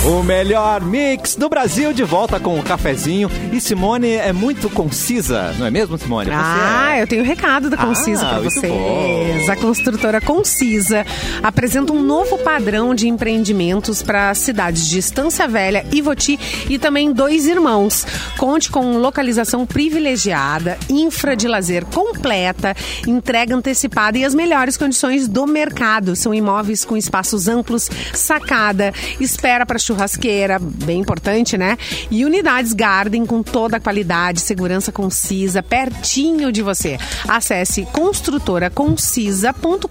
O melhor mix do Brasil de volta com o cafezinho. E Simone é muito concisa, não é mesmo, Simone? Você
Ah,
é.
eu tenho o recado da Concisa
Ah,
pra
muito
vocês.
bom.
A construtora Concisa apresenta um novo padrão de empreendimentos para cidades de Estância Velha, Ivoti e também Dois Irmãos. Conte com localização privilegiada, infra de lazer completa, entrega antecipada e as melhores condições do mercado. São imóveis com espaços amplos, sacada, espera para churrasqueira, bem importante, né? E unidades Garden com toda a qualidade, segurança concisa, pertinho de você. Acesse construtoraconcisa.com.br.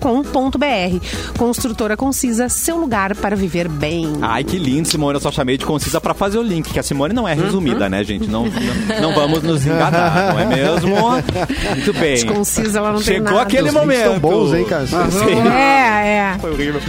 Construtora Concisa, seu lugar para viver bem.
Ai, que lindo, Simone. Eu só chamei de concisa pra fazer o link, que a Simone não é
Uhum.
resumida, né, gente? Não, não, não vamos nos enganar, não é mesmo? Muito bem.
Concisa, ela não tem
é. Chegou
nada.
aquele
Os links
momento.
tão bons, hein, cara?
Sim.
É, é.
Foi horrível.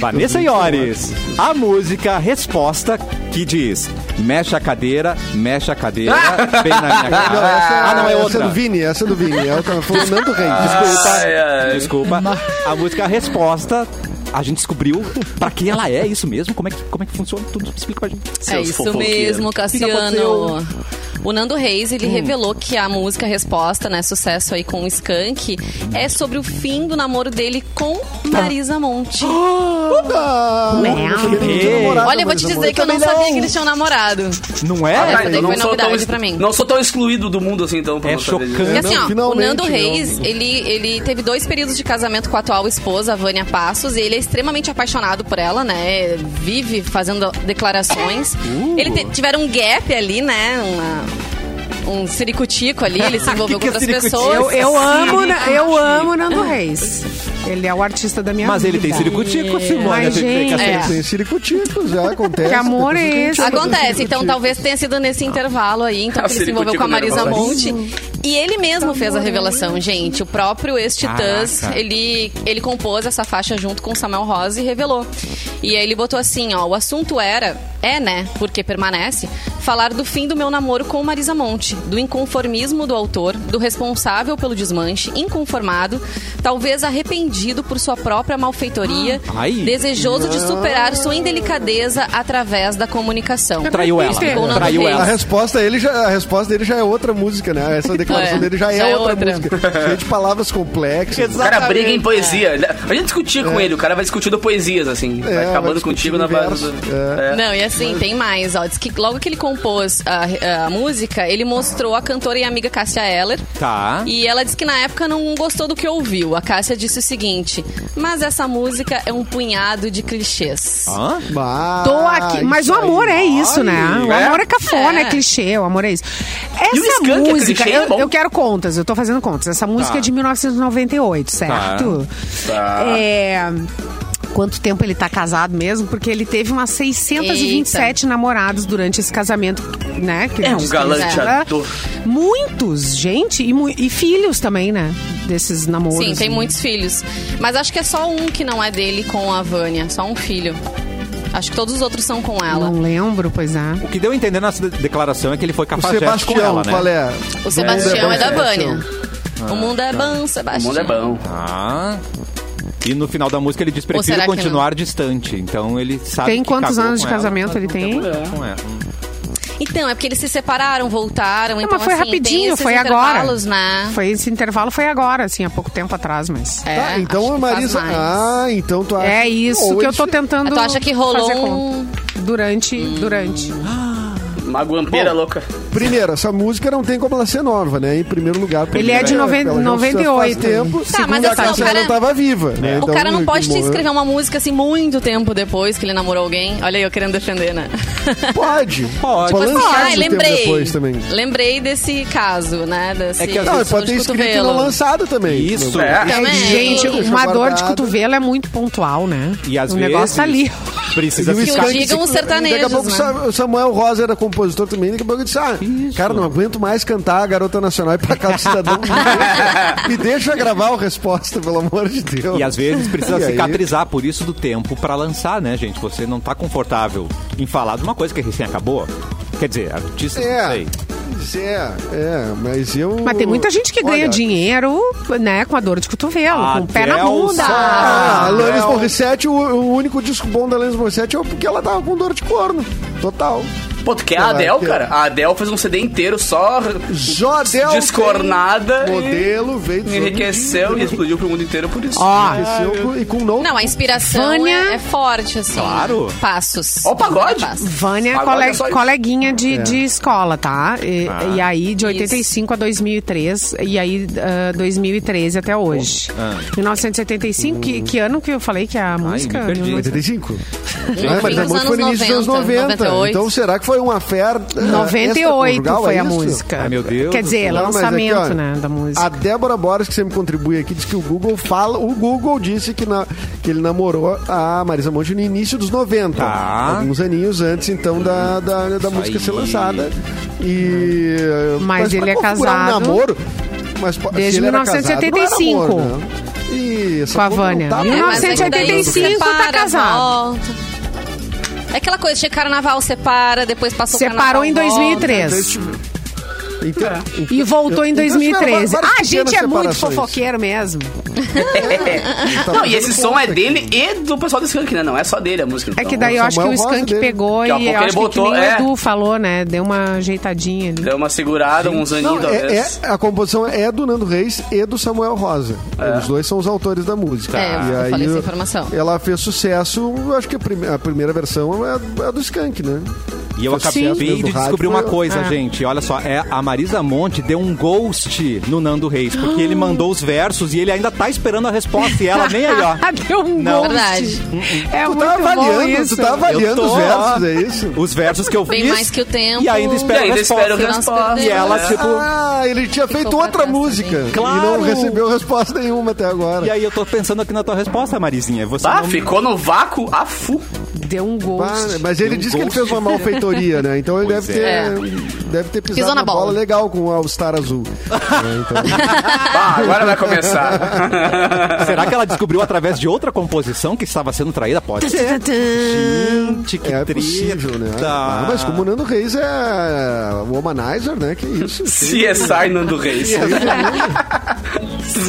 Vanessa Iores, a música resposta que diz: mexe a cadeira, mexe a cadeira, bem na minha
Ah, não,
cara.
essa é,
ah, não, é
essa
outra. Ah. Tá.
do Vini, essa é do Vini. É o que foi o Nando Reis.
Ai,
Desculpa.
ai.
Desculpa. A música resposta. A gente descobriu pra que ela é isso mesmo, como é que, como é que funciona tudo. Explica pra gente.
É
Seus
isso
fofoqueiros.
mesmo, Cassiano.
aconteceu? Hum.
O Nando Reis, ele revelou que a música Resposta, né, sucesso aí com o Skank, é sobre o fim do namoro dele com
Ah.
Marisa Monte.
Ah, eu também não
Não.
tinha namorado,
Olha, eu vou te
Marisa
dizer
Monte.
que eu não
Também
sabia que eles tinham namorado.
Não é?
Essa daí foi
eu sou tão
novidade
ex-
pra mim.
Não sou tão excluído do mundo assim, então. pra
É
não saber disso.
chocante.
Porque
É,
assim,
não,
ó, o
finalmente,
Nando
não.
Reis, ele, ele teve dois períodos de casamento com a atual esposa, a Vânia Passos, e ele é extremamente apaixonado por ela, né? Vive fazendo declarações.
Uh.
Ele te- tiveram um gap ali, né? Uma- um ciricutico ali, ele se envolveu
Que
com
que é
outras
ciricutico?
pessoas.
Eu, eu amo, né? eu amo Nando Reis. Ele é o artista da minha
Mas
vida.
ele tem ciricutico, Simone.
Ai,
a tem que
gente.
aceitar.
É.
Tem ciricutico, já acontece.
Que amor é
Depois a gente
esse?
chama
Acontece, então
ciricutico.
talvez tenha sido nesse intervalo aí, então
Ah,
que ele se envolveu
ciricutico
com a Marisa
nervoso.
Monte. E ele mesmo fez a revelação, gente. O próprio ex-Titãs,
Caraca.
ele, ele compôs essa faixa junto com Samuel Rosa e revelou. E aí ele botou assim, ó, o assunto era, é né, porque permanece, falar do fim do meu namoro com Marisa Monte, do inconformismo do autor, do responsável pelo desmanche, inconformado, talvez arrependido por sua própria malfeitoria,
Ai.
desejoso de superar sua indelicadeza através da comunicação.
É.
Traiu ela.
Ficou
Nando
Traiu
Reis.
A
ela.
resposta, ele já, a resposta dele já é outra música, né? Essa declaração
É,
dele já é,
já é
outra,
outra.
música. Cheio de palavras complexas.
O cara briga em poesia. A gente discutia com ele, o cara vai discutindo poesias, assim.
É,
vai
vai
acabando
discutindo
contigo na base.
verso,
do-
é.
Não, e assim, tem mais, ó. Diz que logo que ele compôs a, a música, ele mostrou a cantora e amiga Cássia Eller.
Tá.
E ela disse que na época não gostou do que ouviu. A Cássia disse o seguinte: Mas essa música é um punhado de clichês.
Hã?
Bah,
Tô aqui. Mas
Ah, isso
o amor
aí.
é isso, né? O
É.
amor é cafona, é.
É.
clichê, o amor é isso. Essa
o Skank é
música,
clichê, é
eu,
bom? Tá.
eu quero contas, eu tô fazendo contas. Essa música é de 1998, certo?
Tá.
É. Quanto tempo ele tá casado mesmo? Porque ele teve umas 627 namorados durante esse casamento, né? que ele
É um
diz que
galanteador.
era- Muitos, gente. E, mu- e filhos também, né? Desses namoros.
Sim, tem
né?
muitos filhos. Mas acho que é só um que não é dele com a Vânia, só um filho. Acho que todos os outros são com ela.
Não lembro, pois é.
O que deu a entender nessa de- declaração é que ele foi
O
capaz com
Sebastião,
ela, né?
qual é?
O Sebastião é, da
Sebastião.
Vânia. o mundo é bom,
O
Sebastião.
mundo é bom.
Ah. E no final da música ele diz:
Ou será
prefiro
que
continuar distante. Então ele sabe.
Tem
que
quantos
cagou
anos de
com ela,
casamento
mas
ele
não
tem?
problema com ela.
Então, é porque eles se separaram, voltaram.
Não,
então,
mas foi
assim, tem
rapidinho,
esses
foi agora.
intervalos, Né?
Foi esse intervalo, foi agora, assim, há pouco tempo atrás, mas.
É,
Tá, então
acho
a
que faz
Marisa.
mais.
Ah, então tu acha.
É isso
Ou
que eu
eles
tô
fi-
tentando.
um Tu acha que
fazer
rolou
conta.
um.
Durante. Durante.
Uma guampeira louca.
Primeiro, essa música não tem como ela ser nova, né? Em primeiro lugar. porque
Ele é de
ela-
noven-
ela já
98.
Faz tempo.
Tá,
Segundo,
mas
a
assim, o
Cássia
cara-
não tava viva, né?
O
Então,
cara não
que
pode ter
morreu-
escrever uma música assim muito tempo depois que ele namorou alguém. Olha aí, eu querendo defender, né?
Pode.
Pode.
Pode
Mas,
lançar
ah,
muito tempo
lembrei.
depois também.
Lembrei desse caso, né? Desse
É que às
Não,
Sim,
pode ter escrito e não lançado também.
Isso.
Não-
É.
É,
Também.
gente,
Deixa
uma dor de
guardado.
cotovelo é muito pontual, né?
E às
o
vezes
negócio tá ali.
precisa
E o
ficar.
Skank- digam os
Daqui a
sertanejos,
pouco o
né?
Sa- o Samuel Rosa era compositor também. Daqui a pouco ele disse: Ah, cara, não aguento mais cantar a Garota Nacional e pra cá do Cidadão. Me deixa- Me deixa gravar o resposta, pelo amor de Deus.
E às vezes precisa
E aí?
cicatrizar, por isso do tempo pra lançar, né, gente? Você não tá confortável em falar de uma coisa que recém acabou. Quer dizer, artista, não
É.
sei.
Pois É, é, mas eu.
Mas tem muita gente que ganha
Olha,
dinheiro, né, com a dor de cotovelo, com o pé na
Adelson.
bunda.
Ah, a Alanis
Não.
Morissette, o, o único disco bom da Alanis Morissette é o porque ela tava com dor de corno. Total.
Pô, tu quer a
Ela
Adele,
quer.
cara? A Adele fez um CD inteiro só um
Jodel.
descornada. e
Modelo, veio dos
Enriqueceu e
anos 90,
explodiu pro mundo inteiro por isso.
Ah.
Ó,
enriqueceu com- e com não.
Não, a inspiração
Vânia-
é, é forte, assim.
Claro.
Passos.
Ó o pagode.
Passos.
Vânia é
Agora
cole-
é só isso.
coleguinha de,
É.
de escola, tá? E,
Ah.
e aí, de 85 a 2003, e aí ah, 2013 até hoje.
Ah.
1985, que, que ano que eu falei que é a música...
me perdi.
85?
fim
Ah, mas a
dos
música foi no
anos
início dos anos 90.
98.
Então será que foi uma oferta? eh,
98
extraconjugal,
foi
é
a
isso?
música.
Ai, meu Deus
Quer
do
dizer, é
céu.
Não, mas aqui,
lançamento,
ó,
né, da música.
A Débora Borges, que sempre contribui aqui, diz que o Google fala. O Google disse que, na- que ele namorou a Marisa Monte no início dos 90.
Tá.
Alguns aninhos antes, então, da, da, da música ser
aí.
lançada. E.
Mas ele
pra
é
configurar
casado
Um namoro. Mas, po- se
desde
ele era casado, não era
1975.
namoro, né? Isso,
Com a
pô, não
Vânia.
tá
É,
É,
bom.
mas é que daí
1975 tá
separa,
casado.
volta. É aquela coisa, chega carnaval, separa, depois passou o
Separou
carnaval,
em
Então,
2003.
esse- então,
E voltou em
Então, tiveram
2013.
várias
Ah, a gente é
pequenas
muito
separações.
fofoqueiro mesmo.
tá
Não, e esse
dando
som
conta
é
aqui.
dele e do pessoal do Skank, né? Não é só dele a música.
É
então.
que daí eu
Samuel
acho que o
Rosa
Skunk
dele.
pegou
Daqui a
e eu
pouco ele
acho que, que nem
botou, é.
o Edu falou, né? Deu uma ajeitadinha ali.
Deu uma segurada, uns
Não,
aninhos,
é-
talvez.
é- a composição é do Nando Reis e do Samuel Rosa. Os dois são os autores da música.
É, eu
e
falei essa informação.
Ela fez sucesso, eu acho que a, prime- a primeira versão é a, a do Skank, né?
E eu
Sim.
acabei de
Sim.
descobrir uma
Rádio.
Ah.
coisa, gente. Olha só, é, a Marisa Monte deu um ghost no Nando Reis, porque ele mandou os versos e ele ainda tá esperando a resposta. E ela Tá nem aí, ó.
Deu um
Não.
ghost.
Verdade.
É
Tu
muito
tá
bom
avaliando,
isso.
tu tá avaliando
Eu tô,
os versos,
ó.
é isso?
Os versos que eu
Bem
fiz.
mais que o tempo.
E ainda
E
espera a
ainda espero
resposta.
resposta.
E
E ela,
É.
tipo.
Ah, ele tinha feito
pra
outra
trás
música.
também.
Claro.
E não recebeu resposta nenhuma até agora.
E aí eu tô pensando aqui na tua resposta, Marizinha. Você
Ah,
não-
ficou no vácuo a fu.
Deu um
Ah,
ghost.
mas ele disse que ele fez uma malfeitoria, né? Então ele
Pois
deve ter,
é.
deve ter pisado
Pisou na
na bola.
bola.
legal com o All-Star Azul.
Ah, agora vai começar.
Será que ela descobriu através de outra composição que estava sendo traída? Pode ser. Gente, que
É
triste.
possível, né? Ah, mas como o Nando Reis é o womanizer, né? Que isso.
CSI Nando Reis.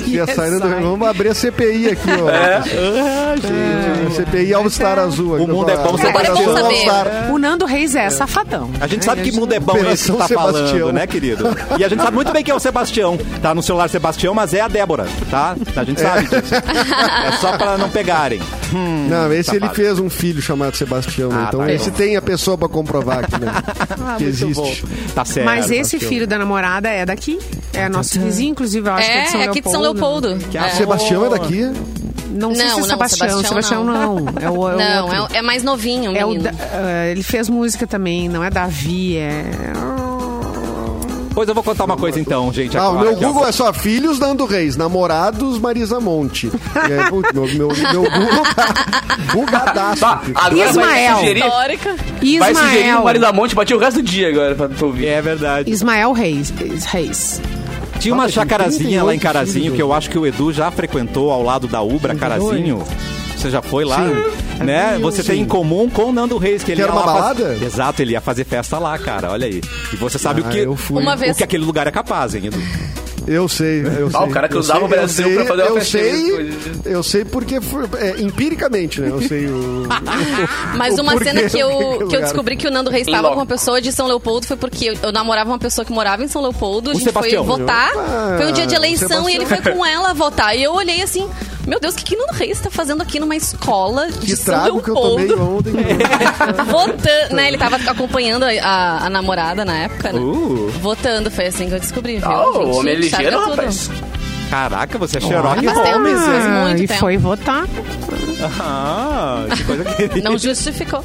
E é Ah, essa Nando Reis. Vamos abrir a CPI aqui, ó.
É.
É, Sim, sim. CPI All-Star Azul. então aqui
O mundo
pra
é
falar.
bom,
Agora é bom
Operação
saber.
All-Star.
O Nando Reis é safadão.
A gente sabe que mundo é bom esse que
Operação
tá falando,
Sebastião.
né, querido? E a gente sabe muito bem que é o Sebastião. Tá no celular Sebastião, mas é a Débora, tá? A gente sabe disso. É só pra não pegarem.
Tá
Não, esse ele fez um filho chamado Sebastião, né?
Ah,
Então
tá,
esse
então.
tem a pessoa pra comprovar aqui, né? que existe.
Tá certo.
Mas esse filho da namorada é daqui. É nosso vizinho, inclusive, eu acho que é de São
É, é aqui de São Leopoldo.
a
É.
Sebastião é daqui.
Não sei
Não,
se é
não,
Sebastião. Sebastião
Sebastião
não.
não.
É o, é o
Não,
outro.
é, é mais novinho,
É o
menino.
da- ah, ele fez música também, não é Davi, é. oh.
Pois eu vou contar uma coisa então, gente.
Ah, o
agora,
meu
aqui, ó.
Google é só filhos Nando Reis, namorados Marisa Monte. E aí, putz, meu, meu, meu Google tá bugadaço.
Tá, agora
Ismael.
vai sugerir.
Histórica.
Vai sugerir o
Ismael.
Marido da Monte bater o resto do dia agora pra tu ouvir.
É verdade.
Ismael Reis. Reis.
Tinha uma
Olha, tem
chacarazinha lá em
38
Carazinho
filhos.
que eu acho que o Edu já frequentou ao lado da Ubra Carazinho. Você já foi lá,
É
né? Você tem em comum com o Nando Reis, que ele
Que era
ia lá
uma
faz-
balada?
Exato, ele ia fazer festa lá, cara. Olha aí. E você sabe
Ah,
o que
eu fui.
Uma vez-
o que aquele lugar é capaz, hein, Edu?
Eu sei, eu sei.
Ah, o cara que
Eu
usava
sei,
o Brasil
eu
pra fazer uma
eu
festinha
sei,
depois.
eu sei porque foi- é, empiricamente, né? Eu sei o.
Mas
o
uma
porquê
cena que
daquele
eu, que eu
lugar.
descobri que o Nando Reis
Em
estava
loco.
com uma pessoa de São Leopoldo foi porque eu, eu namorava uma pessoa que morava em São Leopoldo, a gente
Sebastião.
foi votar.
Ah,
Foi um dia de eleição
Sebastião.
e ele foi com ela votar. E eu olhei assim, Meu Deus, o que, que Nando Reis está fazendo aqui numa escola
Que
de São
trago que eu tomei
Leopoldo?
ontem. né?
Votando, né? Ele tava acompanhando a, a- a namorada na época, né?
Uh.
Votando, foi assim que eu descobri, viu?
Ah, o
gente?
homem é
Chaga
ligeiro,
tudo.
rapaz.
Caraca, você é xerox.
Faz tempo,
Ah,
faz muito
e
tempo.
foi votar.
Ah, que coisa querida.
Não justificou.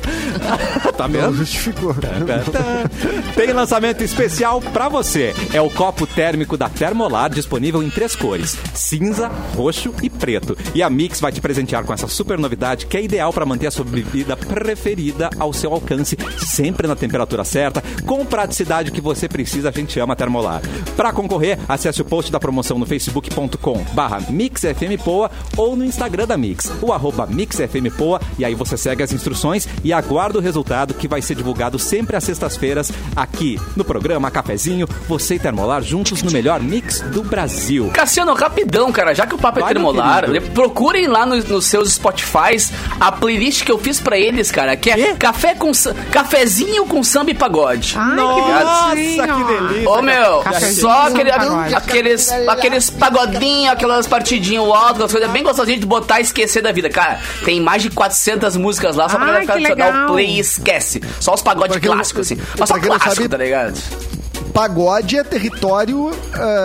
Tá
Não
É.
mesmo?
justificou. né?
É,
Tem lançamento especial pra você. É o copo térmico da Termolar, disponível em três cores: cinza, roxo e preto. E a Mix vai te presentear com essa super novidade que é ideal pra manter a sua bebida preferida ao seu alcance, sempre na temperatura certa, com praticidade que você precisa. A gente ama a Termolar. Pra concorrer, acesse o post da promoção no facebook.com/barra MixFMPoa ou no Instagram da Mix, o arroba MixFMPoa. E aí você segue as instruções e aguarda o resultado que vai ser divulgado sempre às sextas-feiras aqui no programa Cafezinho. Você e Termolar juntos no melhor mix do Brasil.
Cassiano, rapidão, cara, já que o papo é
Vai, meu
termolar,
querido.
le- procurem lá no- nos seus Spotifys a playlist que eu fiz pra eles, cara, que é
Quê?
café com sa- cafezinho com samba e pagode.
Ai, que bonitinho.
Ô meu,
Cafezinho
só
com
aquele,
pagode.
aqueles, aqueles pagodinhos, aquelas partidinhas altas, aquelas coisas é bem gostosinhas de botar e esquecer da vida. Cara, tem mais de 400 músicas lá, só pra
Ai,
galera
que
ficar- dar o
legal.
play e esquece. Só os pagodes
Pra quem não-
clássicos, assim. Mas só
pra quem não
clássico,
sabe-
tá ligado?
Pagode é território,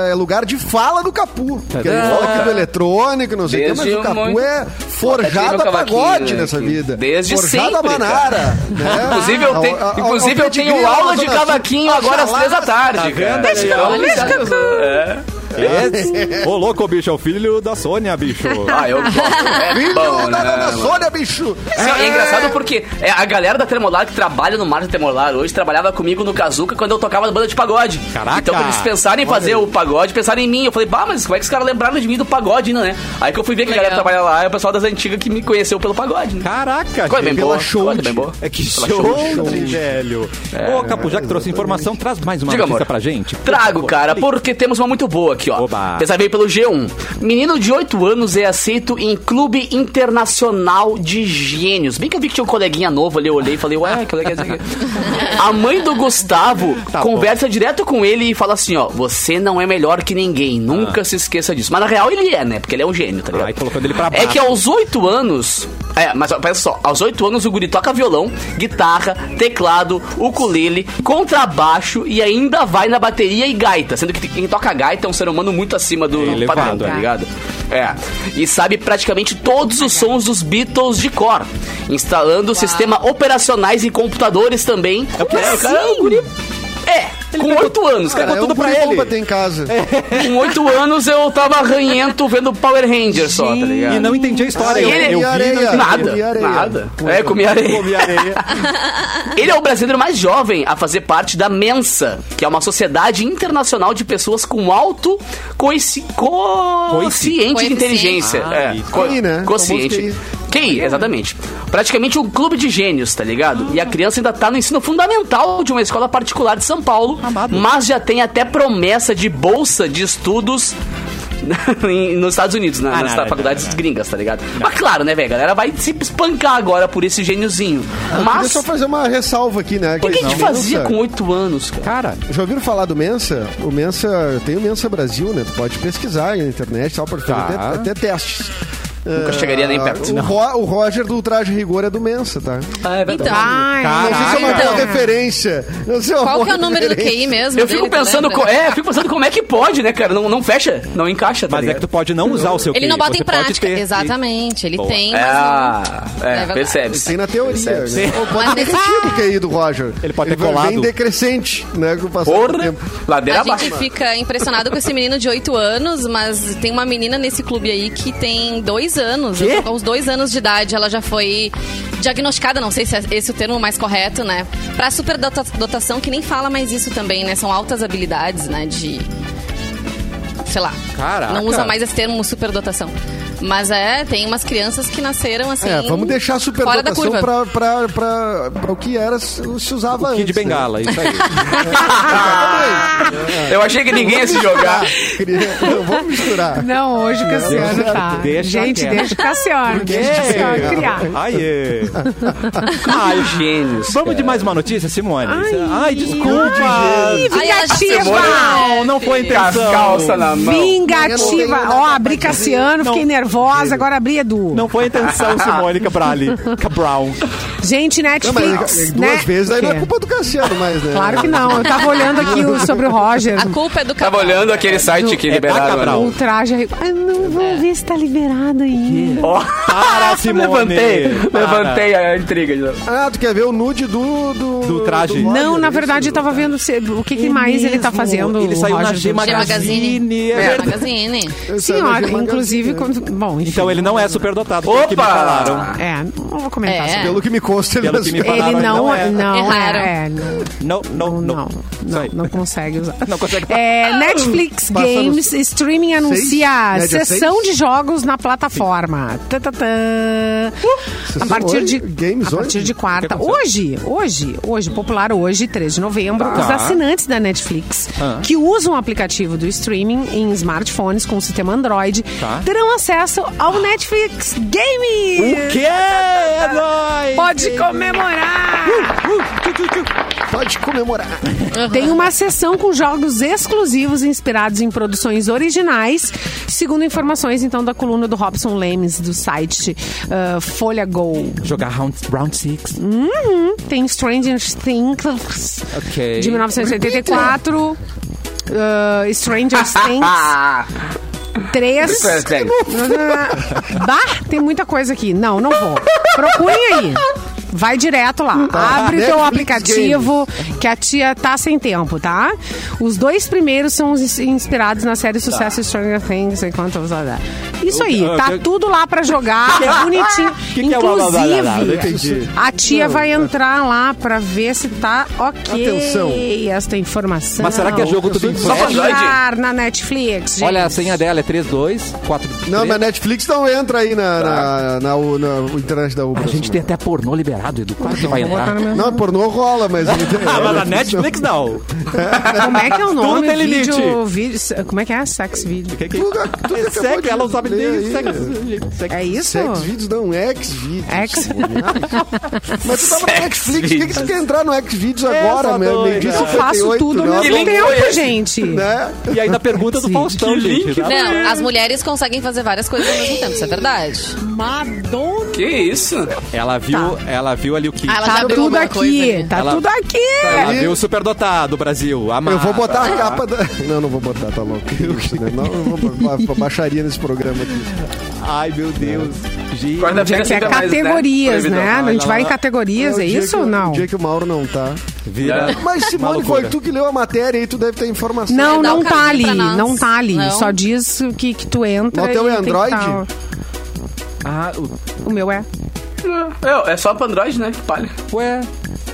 é lugar de fala do Capu. Porque a gente
vendo?
fala aqui do eletrônico, não sei o quê, mas
Ah. Desde
o Capu
muito-
é
Bota aqui
forjado
no
a pagode
cavaquinho,
nessa
aqui.
vida.
Desde
forjado a
sempre,
Manara. né?
Inclusive,
Ah,
eu,
A-
tenho-
a- a-
inclusive,
ao
eu tenho
pedigree,
aula
a-
de
a-
cavaquinho agora às
Oxalá.
três da
ah,
tarde, cara.
tá vendo, Deixa eu
Olha, é.
É. Ô, louco, bicho, é o filho da Sônia, bicho.
Ah, eu gosto. É
Filho
bom,
da
né,
Dona
mano?
Sônia, bicho!
Sim, é engraçado porque é, a galera da Tremolar que trabalha no Mar da Tremolar hoje trabalhava comigo no Kazuca quando eu tocava na banda de pagode.
Caraca!
Então quando eles pensaram em fazer o pagode, pensaram em mim. Eu falei, bah, mas como é que os caras lembraram de mim do pagode, ainda, né? Aí que eu fui ver que a galera
Legal.
trabalha lá é o pessoal das antigas que me conheceu pelo pagode, né?
Caraca,
Coisa bem
gente.
boa.
pela show
coisa
de-
bem boa.
É que
Pela
show,
show de-
velho. Ô, Capu, já que trouxe informação, traz mais uma
Diga,
notícia
amor.
pra gente. por
Trago,
favor.
cara, porque temos uma muito boa aqui, ó.
Oba.
Essa veio pelo G1. Menino de 8 anos é aceito em Clube Internacional de Gênios. Bem que eu vi que tinha um coleguinha novo ali, eu olhei e falei, ué, que legal isso aqui. A mãe do Gustavo
Tá bom.
conversa direto com ele e fala assim, ó, você não é melhor que ninguém, nunca se esqueça disso. Mas na real ele é, né? Porque ele é um gênio, tá ligado?
Ah. Ai, colocando ele pra
É
baixo.
que aos 8 anos... É, mas ó, pensa só, aos 8 anos o guri toca violão, guitarra, teclado, ukulele, contrabaixo e ainda vai na bateria e gaita. Sendo que quem toca gaita é um ser humano muito acima do do
elevado,
padrão, tá
é.
ligado? É. E sabe praticamente todos os sons dos Beatles de cor. Instalando sistema operacionais em computadores também. É, o cara é um guri- Ah, É, com 8 anos, cara.
É
tudo
um
pra
guri
ele.
bom pra ter em casa.
É, Com 8 anos eu tava ranhento vendo Power Rangers só, tá ligado?
E não entendi a história.
Ah,
eu,
é
ele-
eu vi, não
areia.
entendi.
Nada,
Comi areia.
nada.
Puta.
É, comi areia.
Comi areia.
Ele é o brasileiro mais jovem a fazer parte da Mensa, que é uma sociedade internacional de pessoas com alto coici... co- consciente de
Coeficiente.
inteligência.
Ah,
é,
isso.
co-
QI, né?
Consciente.
Famoso
QI, exatamente. Praticamente um clube de gênios, tá ligado? E a criança ainda tá no ensino fundamental de uma escola particular de São Paulo,
Amado.
mas já tem até promessa de bolsa de estudos. em- nos Estados Unidos, né?
Ah,
nas
não, não,
faculdades
não, não.
gringas, tá ligado? Mas claro, né, velho? A galera vai se espancar agora por esse gêniozinho.
Ah,
Deixa eu
Mas.
só fazer uma ressalva aqui, né?
O que, que a gente
Mensa-
fazia com 8 anos, cara?
Cara,
Já ouviram falar do Mensa? O Mensa, tem o Mensa Brasil, né? Tu pode pesquisar na internet, e tal, para fazer
Tá.
até, até testes. Nunca
chegaria nem perto.
O, Ro- o Roger do Traje Rigor é do Mensa, tá?
Então,
Ai, então.
Não
Ah,
sei se é uma
então.
Caraca.
boa referência. Não sei se é uma
qual
boa
que é o número do
referência.
QI mesmo?
Eu fico
dele, tu
pensando,
lembra?
co- é, eu fico pensando como é que pode, né, cara? Não, não fecha, não encaixa, tá
mas é que
ligado?
tu pode não usar o seu
Ele não
QI,
bota
você
em
pode
prática.
ter.
Exatamente, ele
Boa.
tem, um. mas não-
Ah, é,
Leva-
percebe-se.
Tem na teoria. Né?
Percebe-se.
Ou Pode ter
Mas-
crescido o QI do Roger.
Ele pode ter
vai-
colado.
Vem decrescente, né? Com o passar do
Porra,
tempo.
ladeira
A
abaixo.
gente fica impressionado com esse menino de 8 anos, mas tem uma menina nesse clube aí que tem 2 anos.
Quê?
Aos 2 anos de idade, ela já foi diagnosticada, não sei se é esse o termo mais correto, né? Pra superdotação, que nem fala mais isso também, né? São altas habilidades, né? De. Sei lá.
Caraca.
Não usa mais esse termo superdotação. Mas é, tem umas crianças que nasceram assim.
É, vamos deixar a
fora da
superdotação
curva.
pra, pra, pra, pra o que era, se se usava
O
antes.
Kid
né?
Bengala, isso aí.
Eu achei que ninguém ia se jogar.
Ah, Queria- Não, vamos misturar.
Não, hoje o Cassiano
Não,
tá.
deixa
gente,
quieto.
deixa o Cassiano. Deixa o Cassiano criar.
Aê.
Ai, gênios.
Vamos de mais uma notícia, Simone? Ai, desculpa.
Ai,
Ai,
ela já
vingativa!
chegou, né?
Não, não foi intenção.
calça na mão.
Não, eu não
Vingativa.
tenho nada
Ó,
pra
abri
dizer.
Cassiano, fiquei nervosa, agora abri Edu.
Não foi intenção, Simone Cabrali. Cabral.
Gente,
Não,
Netflix.
mas duas
né?
vezes aí
O
não
quê?
é culpa do Cassiano mais, né?
Claro que não. Eu tava olhando aqui o- sobre o Roger.
A culpa é do
Tava
Cabral.
olhando aquele site que
É da
liberaram. né?
Cabral.
O traje. arre- Ah, não vou ver se tá liberado ainda.
Ó,
Para, Simone.
Levantei,
Para.
levantei a intriga. de novo.
Ah, tu quer ver o nude do... Do,
Do traje.
Roger,
Não, na
isso?
verdade, tá- eu tava vendo se- o que, que mais ele tá
mesmo.
fazendo.
Ele
o
saiu na
Roger
G
Jones.
G Magazine.
Magazine, é
G
verdade.
Magazine.
Eu
Sim,
saio na
ó,
G é Magazine,
inclusive
né?
quando. Bom, enfim.
Então ele não é superdotado, pelo que me
Opa!
falaram.
É, não vou comentar
É.
sobre
Pelo que me consta, ele,
Pelo
não
que me
sabe.
falaram,
Ele não,
é.
é. Não,
Erraram.
é, não.
Não, não,
não,
não.
não,
Sai.
não consegue usar.
Não consegue.
É, Netflix
Passaram
Games Streaming anuncia
Média seis?
sessão de jogos na plataforma. Tá, tá, tá.
Sessão
a partir
hoje?
de
Games
a partir
hoje?
de quarta. Hoje, hoje, hoje, popular hoje, 3 de novembro, os assinantes da Netflix que usam o aplicativo do streaming em smartphones com o sistema Android terão acesso ao Netflix Games.
O quê? É nóis! Uh,
Pode comemorar!
Pode comemorar.
Tem uma sessão com jogos exclusivos inspirados em produções originais, segundo informações então da coluna do Robson Lemes do site ah, Folha Go.
Jogar round, round six.
Tem Stranger Things
Ok.
de 1984. ah, Stranger Things
Ah,
3. Ah, bah, tem muita coisa aqui. Não, não vou. Procurem aí. Vai direto lá.
Tá.
Abre o teu
Netflix
aplicativo, que a tia tá sem tempo, tá? Os dois primeiros são os inspirados na série Sucesso Stranger Things enquanto eu Isso aí,
Tá. Eu- eu-
tá
eu-
tudo lá pra jogar, é bonitinho.
Que que é o blá, blá, blá, blá, blá? Não entendi.
Inclusive, a tia vai entrar lá pra ver se tá ok
Atenção.
esta informação.
Mas será que é jogo tudo em
Só pra
flash?
jogar.
Jogar na Netflix, gente.
Olha, a senha dela é 3243.
Não, mas Netflix não entra aí na,
Tá.
na, na, U- na, na internet da Ubra.
A gente tem até pornô liberado, Edu. Claro que vai entrar.
Não, pornô rola, mas... não tem-
Ah, mas a Netflix não.
Como é que é o nome?
tem
vídeo,
limite.
vídeo, se- como é que é? Sex vídeo.
Que que...
Tu- tu acabou
Segue,
é de
ela não sabe
ler
nem
aí.
sexo. sexo.
É isso?
Sex vídeos não, X-Vídeos.
Ex-
Mas tu tava no Netflix, por que, que tu quer entrar no X-Vídeos agora,
só
meu?
doida.
Meio dia
Eu faço
58,
tudo ao
né?
mesmo
link foi
tempo,
esse?
gente.
Né?
E ainda a pergunta do Faustão, gente. tá?
Não, as mulheres conseguem fazer várias coisas ao mesmo tempo, isso é verdade.
Tá Madonna.
que isso?
Ela viu, ela viu ali o que.
Ah, ela já
Tá
abriu
tudo
alguma coisa
aqui,
ali. tá
tá
Ela-
tudo aqui.
Ela viu o superdotado, Brasil. Amada.
Eu vou botar a capa da... Não, não vou botar, tá louco. Isso, né? Não, eu vou ba- ba- baixaria nesse programa aqui.
Ai, meu Deus. Gente.
Quarta-feira
Que é
sempre mais, né?
categorias,
Proibidão.
né? A gente
lá,
vai em
lá.
categorias,
o
é
dia
isso
que-
ou não?
O dia que o Mauro não tá.
Vira.
Mas,
Uma
Simone,
loucura.
foi tu que leu a matéria aí, tu deve ter informação.
Não,
Dá
não
um
tá
caminho
ali,
pra nós.
não tá ali.
Não.
Só diz o que, que tu entra.
Mas o teu
e
é
tem que tá-
Android?
Ah, o-
O meu é.
É, é só pro Android, né? Que palha.
ué.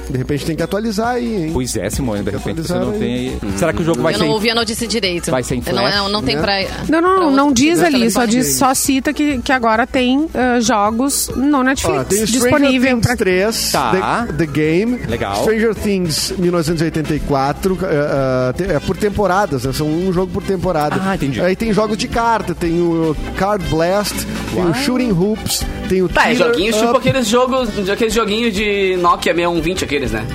De repente tem que atualizar aí, hein?
Pois é, Simone, de repente você não
Atualizaram
tem aí. Será que o jogo vai
Eu
ser.
não ouvi a notícia direito.
Vai ser em
Eu Não,
flash,
não, não tem
né?
pra.
Não, não,
pra
não,
outro
não
tipo
diz
de
ali, só,
telefone.
diz, só cita que, que agora tem ah, jogos no Netflix
Ó, tem o Stranger
disponível
Things
pra
3,
Tá.
The, The Game.
Legal.
Stranger Things 1984. É, é, te- é por temporadas, né? São um jogo por temporada.
Ah, entendi.
Aí tem jogos de carta, tem o Card Blast, tem o Shooting Hoops, tem o
Tá, é
Thriller
joguinhos
Up.
tipo aqueles jogos, aqueles joguinhos de Nokia 6120, aqueles, né?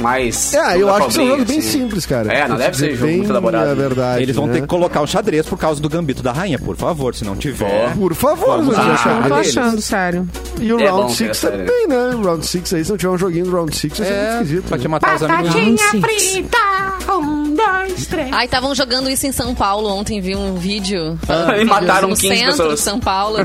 Mas.
É, eu acho que
tudo
são
pobrinho,
jogos bem
assim.
simples, cara.
É, não deve ser jogo
bem
muito elaborado.
É verdade.
Eles vão
né?
ter que colocar um xadrez por causa do gambito da rainha, por favor. Se não tiver.
Por favor,
Vamos
Luiz
Ah,
lá. Ah,
Alexandre.
Não tô
deles.
achando, sério.
E o
É bom
Round
ter
6
essa-
também, né? O Round 6 aí, se não tiver um joguinho do Round 6, vai ser muito
É,
esquisito.
pra
né?
te
Ah,
matar os amigos.
Sim.
frita. Um, dois, três.
Ah,
Ai, estavam jogando isso em São Paulo ontem, vi um vídeo.
Ah, e mataram
no
15
centro
pessoas.
de São Paulo.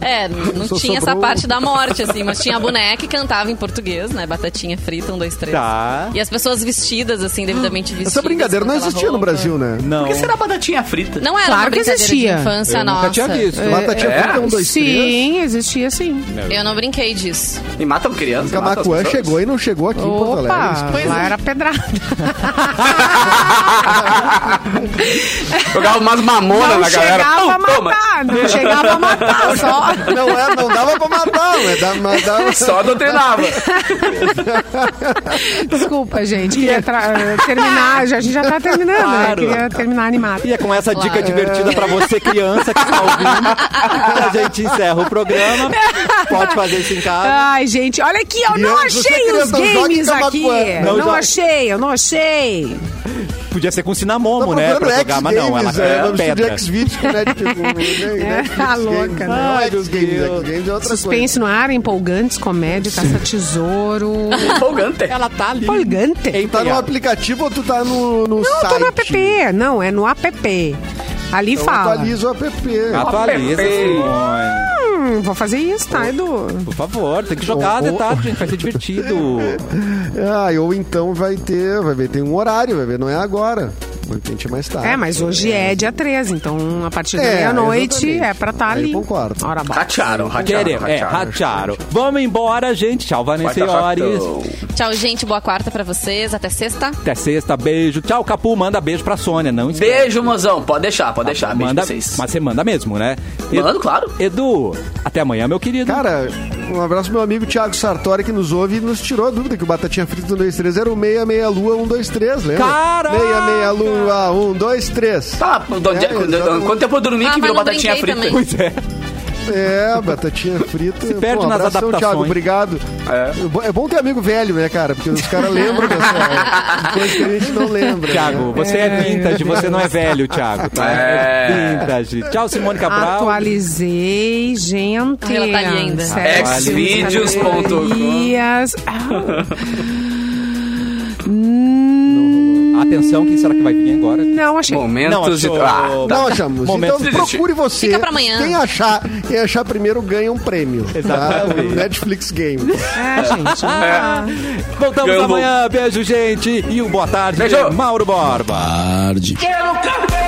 É, não
Só
tinha essa
sobrou-
parte da morte, assim, mas tinha a boneca que cantava em português, né? Batatinha frita, um, dois, três.
Tá.
E as pessoas vestidas, assim, devidamente vestidas.
Essa brincadeira não
com aquela
existia no
roupa.
Brasil, né?
Não.
Por que será batatinha frita?
Não era
Claro
uma
que
brincadeira
existia.
de infância
Eu
nossa.
nunca tinha visto.
Batatinha
É.
frita, um, dois, três.
Sim, existia sim.
Eu não brinquei disso.
E matam crianças. matam as
Camacuã
pessoas.
chegou e não chegou aqui em Porto
Opa,
Alegre. é.
lá era pedrada.
Jogava umas mamonas
Não
na galera.
chegava a
Pum, toma.
matar, não chegava a matar só.
Não, é, não dava pra matar, né? Dá- mas dava-
Só doutrinava.
Desculpa, gente, queria tra- eh, terminar, já- a gente já tá terminando, né?
Claro.
Queria terminar animado.
E é com essa dica
Claro.
divertida pra você, criança que está ouvindo, que a gente encerra o programa. Pode fazer isso em casa.
Ai, gente, olha aqui, eu não
Criança, você
achei os
criança, não jogue
games
Camacuã.
aqui.
Não
Não
jogue.
achei, eu não achei.
Podia ser com cinamomo,
Tá
né?
procurando
Pra jogar, mas não, ela
X-Games, é,
é,
vamos
pedra.
pedir X-Videos com Netflix. Netflix
tá
né?
louca,
Games,
né?
não
Ai, meu
X-Games,
Deus.
X-Games é outra coisa.
Suspense no ar, empolgantes, comédia, caça-tesouro.
Empolgante.
Ela tá ali.
Empolgante.
É
Tá no
empenhada.
aplicativo ou tu tá no, no
Não,
site?
eu tô no app. Não, é no app. Ali
Então
fala.
atualiza o app.
Atualiza, Simone.
Hum, vou fazer isso, tá, Edu?
Por favor, tem que jogar
Oh,
de tarde, gente. Vai ser divertido.
Ah, ou então vai ter, vai ver, tem um horário, vai ver, não é agora. Mas tem que ir mais tarde.
É, mas hoje é dia 13, então a partir da
Tá. É,
meia-noite
exatamente.
é pra estar
Aí
ali.
concordo.
Ora,
Tá
bom.
Ratearam, ratearam, tá
Queremos. É, ratearam. Vamos embora, gente. Tchau,
tá
Vanessa Iores.
Tchau, gente. Boa quarta pra vocês. Até sexta.
Até sexta, beijo. Tchau, Capu. Manda beijo pra Sônia. Não esquece.
Beijo, mozão. Pode deixar, pode deixar. Beijo
manda,
pra vocês.
Mas você manda mesmo, né?
Mando, claro.
Edu, até amanhã, meu querido.
Cara, um abraço meu amigo Thiago Sartori que nos ouve e nos tirou a dúvida que o Batatinha Frita 123 era o 66 Lua 123, lembra?
Caraca!
66 Lua 123.
Tá, do,
É, exatamente.
quanto tempo eu dormi
Ah,
que
mas
virou
não
batatinha
brinquei
frita?
também.
Pois é.
É, Batatinha Frita.
Se perde nas
abração,
adaptações.
Thiago, obrigado. É. bo- é bom ter amigo velho, né, cara? Porque os caras lembram dessa coisa que a gente não lembra. né?
Thiago, você é, vintage, você não é velho, Thiago. tá?
É.
Vintage. Tchau, Simone Cabral.
Atualizei, gente.
Ela tá ali ainda.
Atualize.
Xvideos.com.
Categorias. Ah,
Atenção, quem será que vai vir agora?
Não, achei.
Não,
Momentos de...
achou.
Ah, tá.
Não achamos.
Momento
então
de desistir.
procure você.
Fica pra amanhã.
Quem achar, quem achar primeiro ganha um prêmio. tá?
Exatamente.
O Netflix Game.
É,
Ah,
gente.
Voltamos
Gambo.
amanhã. Beijo, gente. E um boa tarde.
Então, Beijo.
Mauro Borba.
Quero café!
É.